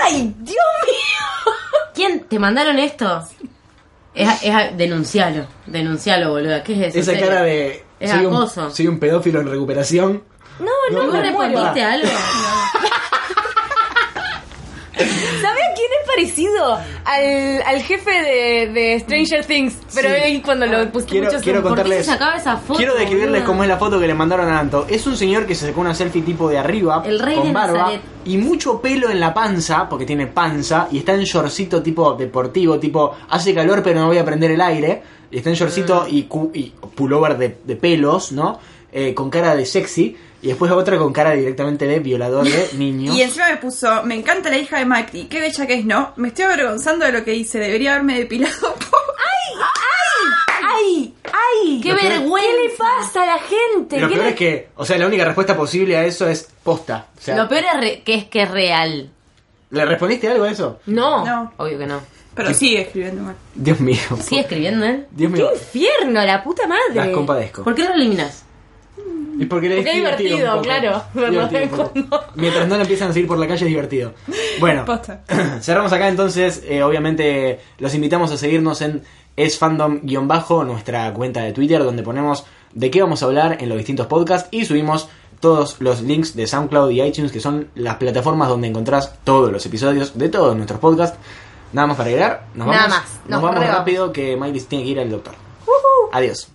Speaker 4: ¡Ay, Dios mío!
Speaker 2: ¿Quién te mandaron esto? Es, es- denuncialo, denuncialo, boluda. ¿Qué es eso?
Speaker 3: esa
Speaker 2: ¿En serio?
Speaker 3: cara de
Speaker 2: Es
Speaker 3: soy un,
Speaker 2: acoso.
Speaker 3: soy un pedófilo en recuperación.
Speaker 1: No,
Speaker 3: No,
Speaker 1: no,
Speaker 2: ¿Vos
Speaker 3: me
Speaker 1: me
Speaker 2: respondiste
Speaker 1: respondiste.
Speaker 2: algo?
Speaker 1: ¿Sabes a quién es parecido? Al, al jefe de, de Stranger Things. Pero
Speaker 3: Sí. Ah,
Speaker 1: él cuando lo pusiste
Speaker 3: Quiero,
Speaker 1: mucho
Speaker 3: quiero
Speaker 1: zoom.
Speaker 2: Pues, ¿Por qué
Speaker 3: contarles.
Speaker 2: se sacaba esa foto,
Speaker 3: quiero describirles
Speaker 2: boluda?
Speaker 3: cómo es la foto que le mandaron a Anto. Es un señor que se sacó una selfie tipo de arriba,
Speaker 2: El rey
Speaker 3: con
Speaker 2: de
Speaker 3: barba
Speaker 2: Nazaret.
Speaker 3: y mucho pelo en la panza, porque tiene panza y está en shortcito tipo deportivo, tipo hace calor pero no voy a prender el aire. Y está en shortcito
Speaker 2: Mm.
Speaker 3: y, cu- y pullover de, de pelos, ¿no? Eh, con cara de sexy y después otra con cara directamente de violador de niños.
Speaker 4: Y encima me puso, me encanta la hija de Macri, qué bella que es, ¿no? Me estoy avergonzando de lo que hice, debería haberme depilado. Ah.
Speaker 1: ¡Ay! ¡Ay!
Speaker 2: ¡Qué
Speaker 3: Lo peor-
Speaker 2: vergüenza!
Speaker 1: ¿Qué le pasa a la gente?
Speaker 3: Lo
Speaker 1: ¿Qué
Speaker 3: peor
Speaker 1: le-
Speaker 3: es que, o sea, la única respuesta posible a eso es posta. O sea,
Speaker 2: Lo peor es re- que es que es real.
Speaker 3: ¿Le respondiste algo a eso?
Speaker 2: No,
Speaker 4: No.
Speaker 2: obvio que no.
Speaker 4: Pero sigue escribiendo mal.
Speaker 3: Dios mío.
Speaker 2: Sigue escribiendo, ¿eh?
Speaker 3: Dios
Speaker 1: ¡Qué
Speaker 3: mío.
Speaker 1: infierno, la puta madre!
Speaker 3: Las compadezco.
Speaker 2: ¿Por qué lo eliminas?
Speaker 3: Y porque le
Speaker 1: Porque es
Speaker 3: un
Speaker 1: divertido,
Speaker 3: poco.
Speaker 1: claro, verlo de
Speaker 3: Divertido un
Speaker 1: vez en
Speaker 3: poco. Mientras no le empiezan a seguir por la calle es divertido. Bueno,
Speaker 4: Posta.
Speaker 3: cerramos acá entonces. Eh, obviamente los invitamos a seguirnos en esfandom-bajo, nuestra cuenta de Twitter, donde ponemos de qué vamos a hablar en los distintos podcasts y subimos todos los links de SoundCloud y iTunes, que son las plataformas donde encontrás todos los episodios de todos nuestros podcasts. Nada más para agregar, nos
Speaker 1: Nada
Speaker 3: vamos.
Speaker 1: más,
Speaker 3: nos
Speaker 1: nos
Speaker 3: vamos
Speaker 1: re vamos.
Speaker 3: rápido que Miley tiene que ir al doctor. Adiós.